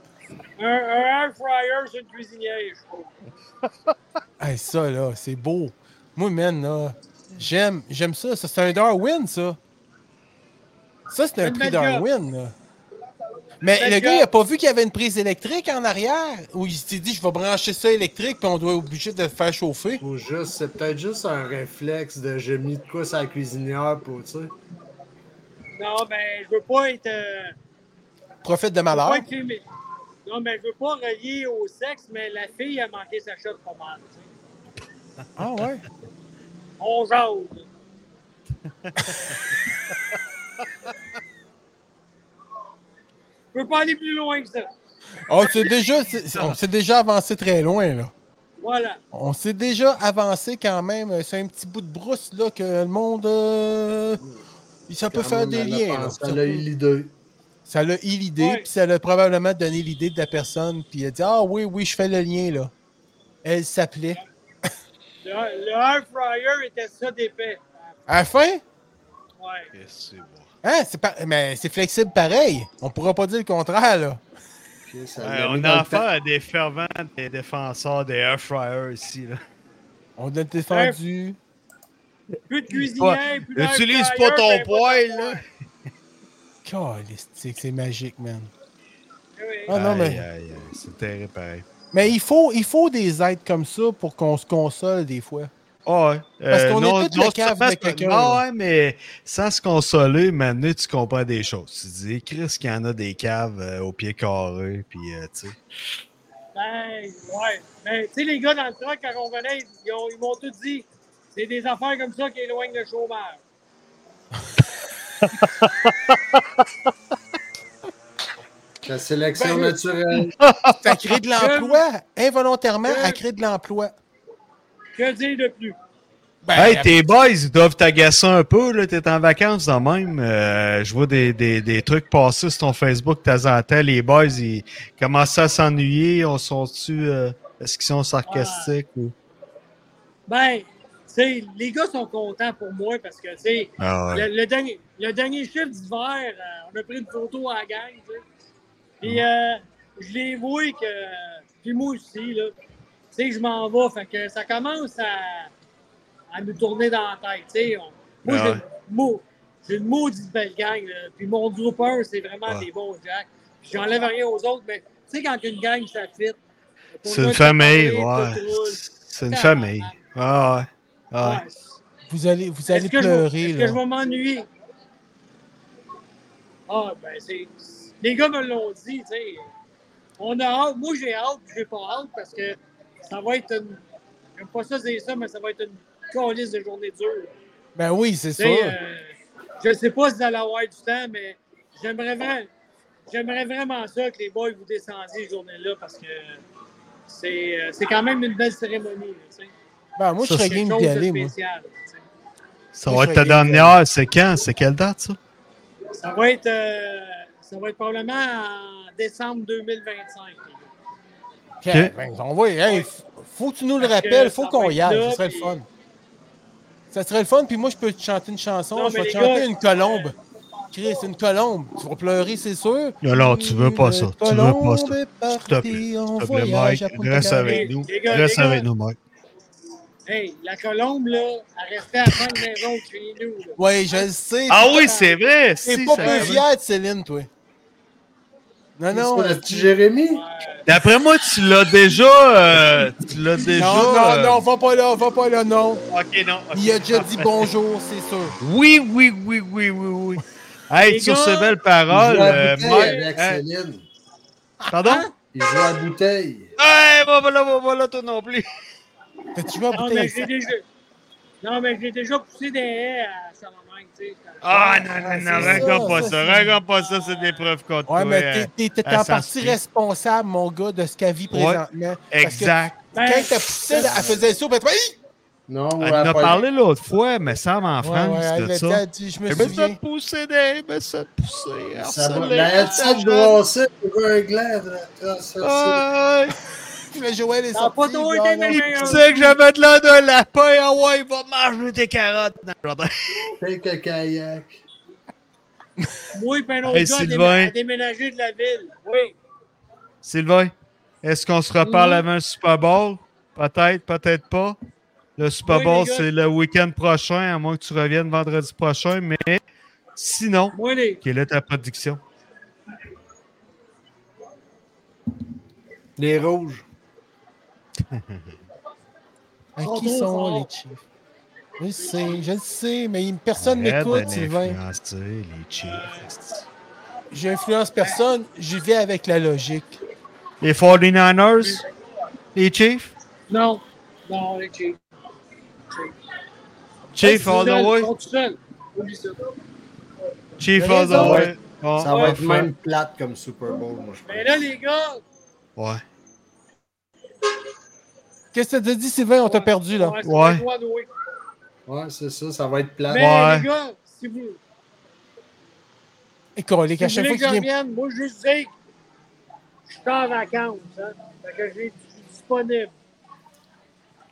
Speaker 6: Un, un air fryer sur une cuisinière, je trouve.
Speaker 1: Hey, ça là, c'est beau. Moi, man, là, j'aime, j'aime ça. Ça, c'est un Darwin, ça. Ça, c'est un
Speaker 6: Une
Speaker 1: prix
Speaker 6: belle job.
Speaker 1: Darwin, là. Mais
Speaker 6: Belle
Speaker 1: le gars,
Speaker 6: job.
Speaker 1: il a pas vu qu'il y avait une prise électrique en arrière. Où il s'est dit, je vais brancher ça électrique, puis on doit être obligé de le faire chauffer.
Speaker 2: Faut juste, c'est peut-être juste un réflexe de j'ai mis de quoi sur la cuisinière pour, tu sais.
Speaker 6: Non, ben, je veux pas être. euh,
Speaker 1: Profite de
Speaker 6: je veux
Speaker 1: malheur.
Speaker 6: pas être fémi- Non, mais je veux pas relier au sexe, mais la fille a manqué sa shot pas mal. tu sais.
Speaker 1: Ah ouais?
Speaker 6: On jase. Je veux pas aller plus loin que ça.
Speaker 1: Oh, c'est déjà, c'est- on s'est déjà avancé très loin, là.
Speaker 6: Voilà.
Speaker 1: On s'est déjà avancé quand même. euh, C'est un petit bout de brousse là que le monde. euh, ça peut
Speaker 2: Quand
Speaker 1: faire
Speaker 2: même,
Speaker 1: des
Speaker 2: elle a
Speaker 1: liens. là.
Speaker 2: pensé,
Speaker 1: Ça
Speaker 2: Elle a
Speaker 1: peut-
Speaker 2: eu l'idée.
Speaker 1: Ça l'a eu l'idée,
Speaker 6: Ouais.
Speaker 1: puis ça l'a probablement donné l'idée de la personne, puis elle a dit Ah oui, oui, je fais le lien là. Elle s'appelait.
Speaker 6: Le, le air fryer était ça d'épais.
Speaker 1: À la fin,
Speaker 6: Ouais.
Speaker 1: hein, c'est pas- mais c'est flexible pareil. On pourra pas dire le contraire là.
Speaker 2: Puis ça
Speaker 3: Ouais,
Speaker 2: l'a mis
Speaker 3: Euh, on
Speaker 2: dans
Speaker 3: a
Speaker 2: le
Speaker 3: affaire à des fervents des défenseurs des air fryers ici. Là.
Speaker 1: On a défendu.
Speaker 6: Plus de cuisinière, plus d'air
Speaker 3: Utilise
Speaker 6: fryer,
Speaker 3: pas ton
Speaker 6: ben,
Speaker 3: poil.
Speaker 6: de
Speaker 3: Là.
Speaker 1: Calistique, c'est magique, man.
Speaker 6: poil. Oui.
Speaker 1: Ah non,
Speaker 3: Aïe,
Speaker 1: mais,
Speaker 3: aïe, aïe, C'est terrible, pareil.
Speaker 1: mais il, faut, il faut des aides comme ça pour qu'on se console des fois.
Speaker 3: Ah ouais.
Speaker 1: Parce qu'on
Speaker 3: non-
Speaker 1: est tous
Speaker 3: non
Speaker 1: le cave
Speaker 3: seulement
Speaker 1: de
Speaker 3: c'est-
Speaker 1: quelqu'un,
Speaker 3: Ah
Speaker 1: là.
Speaker 3: ouais, mais sans se consoler, maintenant, tu comprends des choses. Tu te dis, Chris, qu'il y en a des caves euh, au pied carré, puis euh, tu sais.
Speaker 6: Ben, ouais. Ben, tu sais, les gars dans le truck, quand on venait, ils, ont- ils m'ont tout dit C'est des affaires comme ça qui éloignent le chômage.
Speaker 2: La sélection
Speaker 6: Ben,
Speaker 2: naturelle.
Speaker 1: Ça crée de l'emploi. Involontairement, elle crée de l'emploi.
Speaker 6: Que dire de plus?
Speaker 1: Ben,
Speaker 3: Hey, tes boys, ils doivent t'agacer un peu, là. T'es en vacances quand même. Euh, je vois des, des, des trucs passer sur ton Facebook de temps en temps. Les boys, ils commencent à s'ennuyer. On sont-tu. euh, Est-ce qu'ils sont sarcastiques ou.
Speaker 6: Ben, tu sais, les gars sont contents pour moi parce que, tu sais,
Speaker 3: Ah ouais.
Speaker 6: le, le dernier, le dernier chiffre d'hiver, euh, on a pris une photo à la gang, tu sais.
Speaker 3: Mhm.
Speaker 6: Puis, euh, je les vois que. Puis moi aussi, là. Tu sais, je m'en vais. Fait que ça commence à, à nous tourner dans la tête, tu sais. On-
Speaker 3: Ah
Speaker 6: Moi, j'ai
Speaker 3: ouais.
Speaker 6: une mau- j'ai une maudite belle gang, là. Puis mon groupe 1, c'est vraiment
Speaker 3: Ouais.
Speaker 6: des bons jacks. Puis j'enlève rien aux autres, mais tu sais, quand une gang, ça fit. pour
Speaker 3: C'est
Speaker 6: moi,
Speaker 3: une
Speaker 6: ça
Speaker 3: famille,
Speaker 6: fait,
Speaker 3: ouais.
Speaker 6: tout roule.
Speaker 3: C'est une famille. Ah ouais. Ah ouais.
Speaker 6: Ouais.
Speaker 1: vous allez, vous allez
Speaker 6: Est-ce que, je vais-
Speaker 1: pleurer.
Speaker 6: est-ce
Speaker 1: Là.
Speaker 6: que je vais m'ennuyer? Ah, ben, c'est. Les gars me l'ont dit, tu sais. On a hâte. Moi, j'ai hâte, puis j'ai pas hâte parce que ça va être une. J'aime pas ça dire ça, mais ça va être une calice de journée dure.
Speaker 1: Ben oui, c'est ça.
Speaker 6: Tu sais, euh, je sais pas si vous allez avoir du temps, mais j'aimerais vraiment. J'aimerais vraiment ça que les boys vous descendiez cette journée-là parce que c'est euh, c'est quand même une belle cérémonie. là, tu sais.
Speaker 1: Ben, moi, je
Speaker 3: ça,
Speaker 1: serais
Speaker 3: c'est
Speaker 6: Quelque
Speaker 1: game
Speaker 6: chose
Speaker 1: d'y
Speaker 6: de
Speaker 1: aller, moi.
Speaker 6: spécial, tu sais.
Speaker 3: Ça va être ta dernière. C'est quand? C'est quelle date, ça?
Speaker 6: Ça va être, euh, ça va être probablement en décembre 2025.
Speaker 1: Ok, ben, on va- hey, f- faut que tu nous le
Speaker 6: Parce que
Speaker 1: rappelles, faut
Speaker 6: ça
Speaker 1: qu'on
Speaker 6: va
Speaker 1: y
Speaker 6: être
Speaker 1: aille,
Speaker 6: là,
Speaker 1: ça serait le
Speaker 6: puis-
Speaker 1: fun. Ça serait le fun, puis moi je peux te chanter une chanson,
Speaker 6: Non,
Speaker 1: je
Speaker 6: mais
Speaker 1: vais te
Speaker 6: les
Speaker 1: chanter
Speaker 6: gars,
Speaker 1: une colombe. Chris, une colombe, tu vas pleurer, c'est sûr.
Speaker 3: Alors, tu veux pas ça. Tu veux pas ça.
Speaker 1: Colombe est
Speaker 3: S'il te plaît.
Speaker 1: partie en
Speaker 3: S'il te plaît,
Speaker 1: voyage
Speaker 3: Mike,
Speaker 1: à Punta
Speaker 3: reste
Speaker 1: Cana.
Speaker 3: avec nous.
Speaker 6: Les gars,
Speaker 3: Reste
Speaker 6: les gars.
Speaker 3: avec nous, Mike.
Speaker 6: Hey, la colombe, là, elle restait à cinq maisons de chez nous. là.
Speaker 1: Ouais, je le sais.
Speaker 3: Ah
Speaker 1: t'es
Speaker 3: oui,
Speaker 1: pas-
Speaker 3: c'est vrai!
Speaker 1: T'es
Speaker 3: si,
Speaker 1: pas
Speaker 3: ça
Speaker 1: peu
Speaker 3: commence.
Speaker 1: fier de Céline, toi. Non, non.
Speaker 2: C'est le
Speaker 1: elle-
Speaker 2: petit Jérémy.
Speaker 6: Euh,
Speaker 3: D'après moi, tu l'as déjà. euh, tu l'as déjà.
Speaker 1: Non, non,
Speaker 3: euh,
Speaker 1: non, va pas là, va pas là, non.
Speaker 3: Ok, non. ok.
Speaker 1: Il a déjà dit bonjour, c'est sûr.
Speaker 3: Oui, oui, oui, oui, oui, oui. Hey,
Speaker 6: Les
Speaker 3: sur
Speaker 6: gars,
Speaker 3: ces belles paroles,
Speaker 2: Il joue à
Speaker 3: euh,
Speaker 2: bouteille
Speaker 3: Mike-
Speaker 2: avec
Speaker 3: hein,
Speaker 2: Céline.
Speaker 3: pardon?
Speaker 1: Hein?
Speaker 2: Il joue à bouteille.
Speaker 3: Hey, bah, voilà, bah, voilà, toi non plus.
Speaker 1: T'as-tu vu à
Speaker 6: non,
Speaker 1: bouteille
Speaker 6: mais
Speaker 1: avec
Speaker 6: j'ai
Speaker 1: ça?
Speaker 6: déjà... Non, mais j'ai déjà poussé des haies à Salamanque, tu sais.
Speaker 3: Ah, non, non, non,
Speaker 1: c'est
Speaker 3: regarde
Speaker 1: ça,
Speaker 3: pas
Speaker 1: ça,
Speaker 3: ça,
Speaker 1: c'est-
Speaker 3: regarde pas ça, c'est des preuves contre
Speaker 1: Ouais,
Speaker 3: toi.
Speaker 1: mais
Speaker 3: euh,
Speaker 1: t'es- t'es t'es
Speaker 3: à
Speaker 1: en
Speaker 3: sa
Speaker 1: partie
Speaker 3: suite.
Speaker 1: responsable, mon gars, de ce qu'elle vit
Speaker 3: Ouais,
Speaker 1: présentement. Parce que
Speaker 3: Exact.
Speaker 6: Ben,
Speaker 1: Quand t'as poussé, elle faisait ça, ben, tu vois, Hi!
Speaker 2: Non,
Speaker 3: On
Speaker 2: ouais,
Speaker 3: en a
Speaker 2: pas-
Speaker 3: parlé l'autre fois, mais ça, en
Speaker 1: Ouais,
Speaker 3: France,
Speaker 1: ouais, elle
Speaker 3: de
Speaker 1: était,
Speaker 3: ça.
Speaker 1: elle dit, je me
Speaker 3: Mais ça
Speaker 1: souviens.
Speaker 3: poussait des, mais ça poussait.
Speaker 2: Ça va.
Speaker 3: harcelait,
Speaker 2: La headset
Speaker 3: harcelait.
Speaker 2: grossée, c'est pas un glaire. Ça, ça, ça.
Speaker 3: Ouais.
Speaker 1: Puis là, Joël est
Speaker 6: Ça a
Speaker 1: sorti.
Speaker 6: pas trop
Speaker 1: il dit,
Speaker 6: été
Speaker 1: ah, non,
Speaker 6: mes-
Speaker 3: Il pensait que j'avais de l'air d'un lapin. Ah ouais, il va manger des carottes dans le jardin.
Speaker 2: Take a kayak.
Speaker 6: moi et un autre
Speaker 3: Hey,
Speaker 6: gars,
Speaker 3: Sylvain.
Speaker 6: déménager déménagé de la ville. Oui.
Speaker 3: Sylvain, est-ce qu'on se reparle avant le Super Bowl? Peut-être, peut-être pas. Le Super
Speaker 6: Oui,
Speaker 3: Bowl,
Speaker 6: les gars.
Speaker 3: c'est le week-end prochain, à moins que tu reviennes vendredi prochain. Mais sinon,
Speaker 6: Moi, les...
Speaker 3: quelle est ta prédiction?
Speaker 2: Les rouges.
Speaker 1: À
Speaker 6: Ils sont
Speaker 1: qui
Speaker 6: trop
Speaker 1: sont
Speaker 6: forts.
Speaker 1: les chiffs? Je le sais, je le sais, mais il- personne
Speaker 3: Arrête
Speaker 1: m'écoute,
Speaker 3: de
Speaker 1: Sylvain.
Speaker 3: l'influencer, Eh, ben, les Chiefs.
Speaker 1: J'influence personne, je vis avec la logique.
Speaker 3: Les 49ers? Les Chiefs?
Speaker 6: Non. Non, les Chiefs.
Speaker 3: Chiefs all the way?
Speaker 6: Ils sont tout seuls. Oublie ça.
Speaker 3: Chiefs
Speaker 1: T'as
Speaker 3: all the
Speaker 1: raison.
Speaker 3: way? Bon,
Speaker 2: Ça va être
Speaker 3: parfait.
Speaker 2: même plate comme Super Bowl, moi, je pense.
Speaker 6: Mais Ben là, les gars,
Speaker 3: Ouais.
Speaker 1: Qu'est-ce que t'as dit, Sylvain? On t'a perdu, là.
Speaker 6: ouais, ça
Speaker 3: Ouais.
Speaker 6: va être one way.
Speaker 2: Ouais, c'est ça, ça va être plate.
Speaker 6: Mais
Speaker 3: Ouais.
Speaker 6: les gars, si vous,
Speaker 1: Et qu'on les
Speaker 6: si vous
Speaker 1: à chaque
Speaker 6: voulez
Speaker 1: fois
Speaker 6: que je
Speaker 1: qu'il vient.
Speaker 6: revienne, moi, je juste dis que je suis en vacances. Hein. Fait que j'ai du disponible.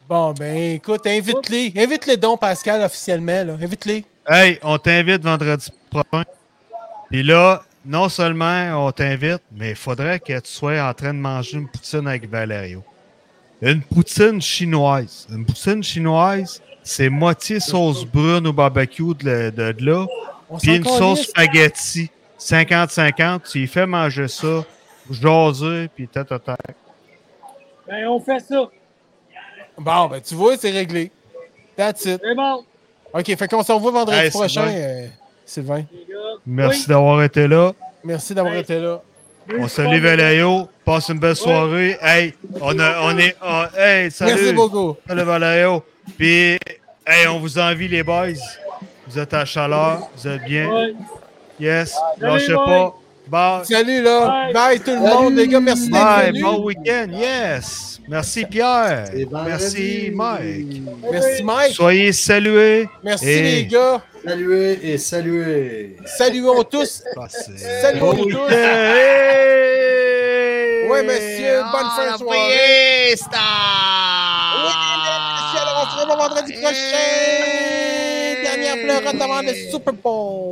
Speaker 1: Bon, ben, écoute, invite-les. Invite-les donc, Pascal, officiellement, là. Invite-les.
Speaker 3: Hey, on t'invite vendredi prochain. Puis là, non seulement on t'invite, mais il faudrait que tu sois en train de manger une poutine avec Valerio. Une poutine chinoise. Une poutine chinoise, c'est moitié sauce brune au barbecue de, la- de- de là,
Speaker 1: On s'en
Speaker 3: puis une sauce
Speaker 1: calisse.
Speaker 3: spaghetti. 50-50, tu y fais manger ça, jaser, puis ta ta ta.
Speaker 6: Ben, on fait ça.
Speaker 1: Bon, ben, tu vois, c'est réglé. That's it.
Speaker 6: C'est bon,
Speaker 1: OK, fait qu'on se revoit vendredi
Speaker 3: Hey,
Speaker 1: prochain,
Speaker 3: Sylvain.
Speaker 1: euh, Sylvain.
Speaker 6: les gars.
Speaker 3: Merci
Speaker 6: Oui,
Speaker 3: d'avoir été là.
Speaker 1: Merci d'avoir
Speaker 6: Hey.
Speaker 1: été là.
Speaker 6: deux
Speaker 3: On salue
Speaker 6: disponibles.
Speaker 3: Valério. Passe une belle soirée. ah, Hey, on, a, on est. on- hey, salut.
Speaker 1: Merci beaucoup.
Speaker 3: Salut Valéo. Puis Hey, on vous envie, les boys. Vous êtes à la chaleur, vous êtes bien.
Speaker 6: Ouais.
Speaker 3: Yes,
Speaker 6: Salut,
Speaker 3: lâchez
Speaker 6: boys.
Speaker 3: pas. Bye.
Speaker 1: Salut, là.
Speaker 6: Bye.
Speaker 1: Bye, tout le monde, les gars. Merci d'être
Speaker 3: Bye,
Speaker 1: venus.
Speaker 3: bon week-end, yes. Merci Pierre.
Speaker 2: C'est vendredi.
Speaker 3: Merci Mike.
Speaker 1: Merci, Mike.
Speaker 3: Soyez salués.
Speaker 1: Merci,
Speaker 3: Et-
Speaker 1: les gars.
Speaker 2: Saluer et saluer.
Speaker 1: Saluons tous.
Speaker 3: Passez.
Speaker 1: Salut,
Speaker 3: Bon
Speaker 1: tous.
Speaker 3: week-end. Hey!
Speaker 1: Oui, monsieur. Bonne
Speaker 12: Ah,
Speaker 1: fin
Speaker 12: la
Speaker 1: de soirée.
Speaker 12: fiesta!
Speaker 1: Oui, merci. Alors, on se revoit vendredi prochain. Dernière pleurote avant le Super Bowl.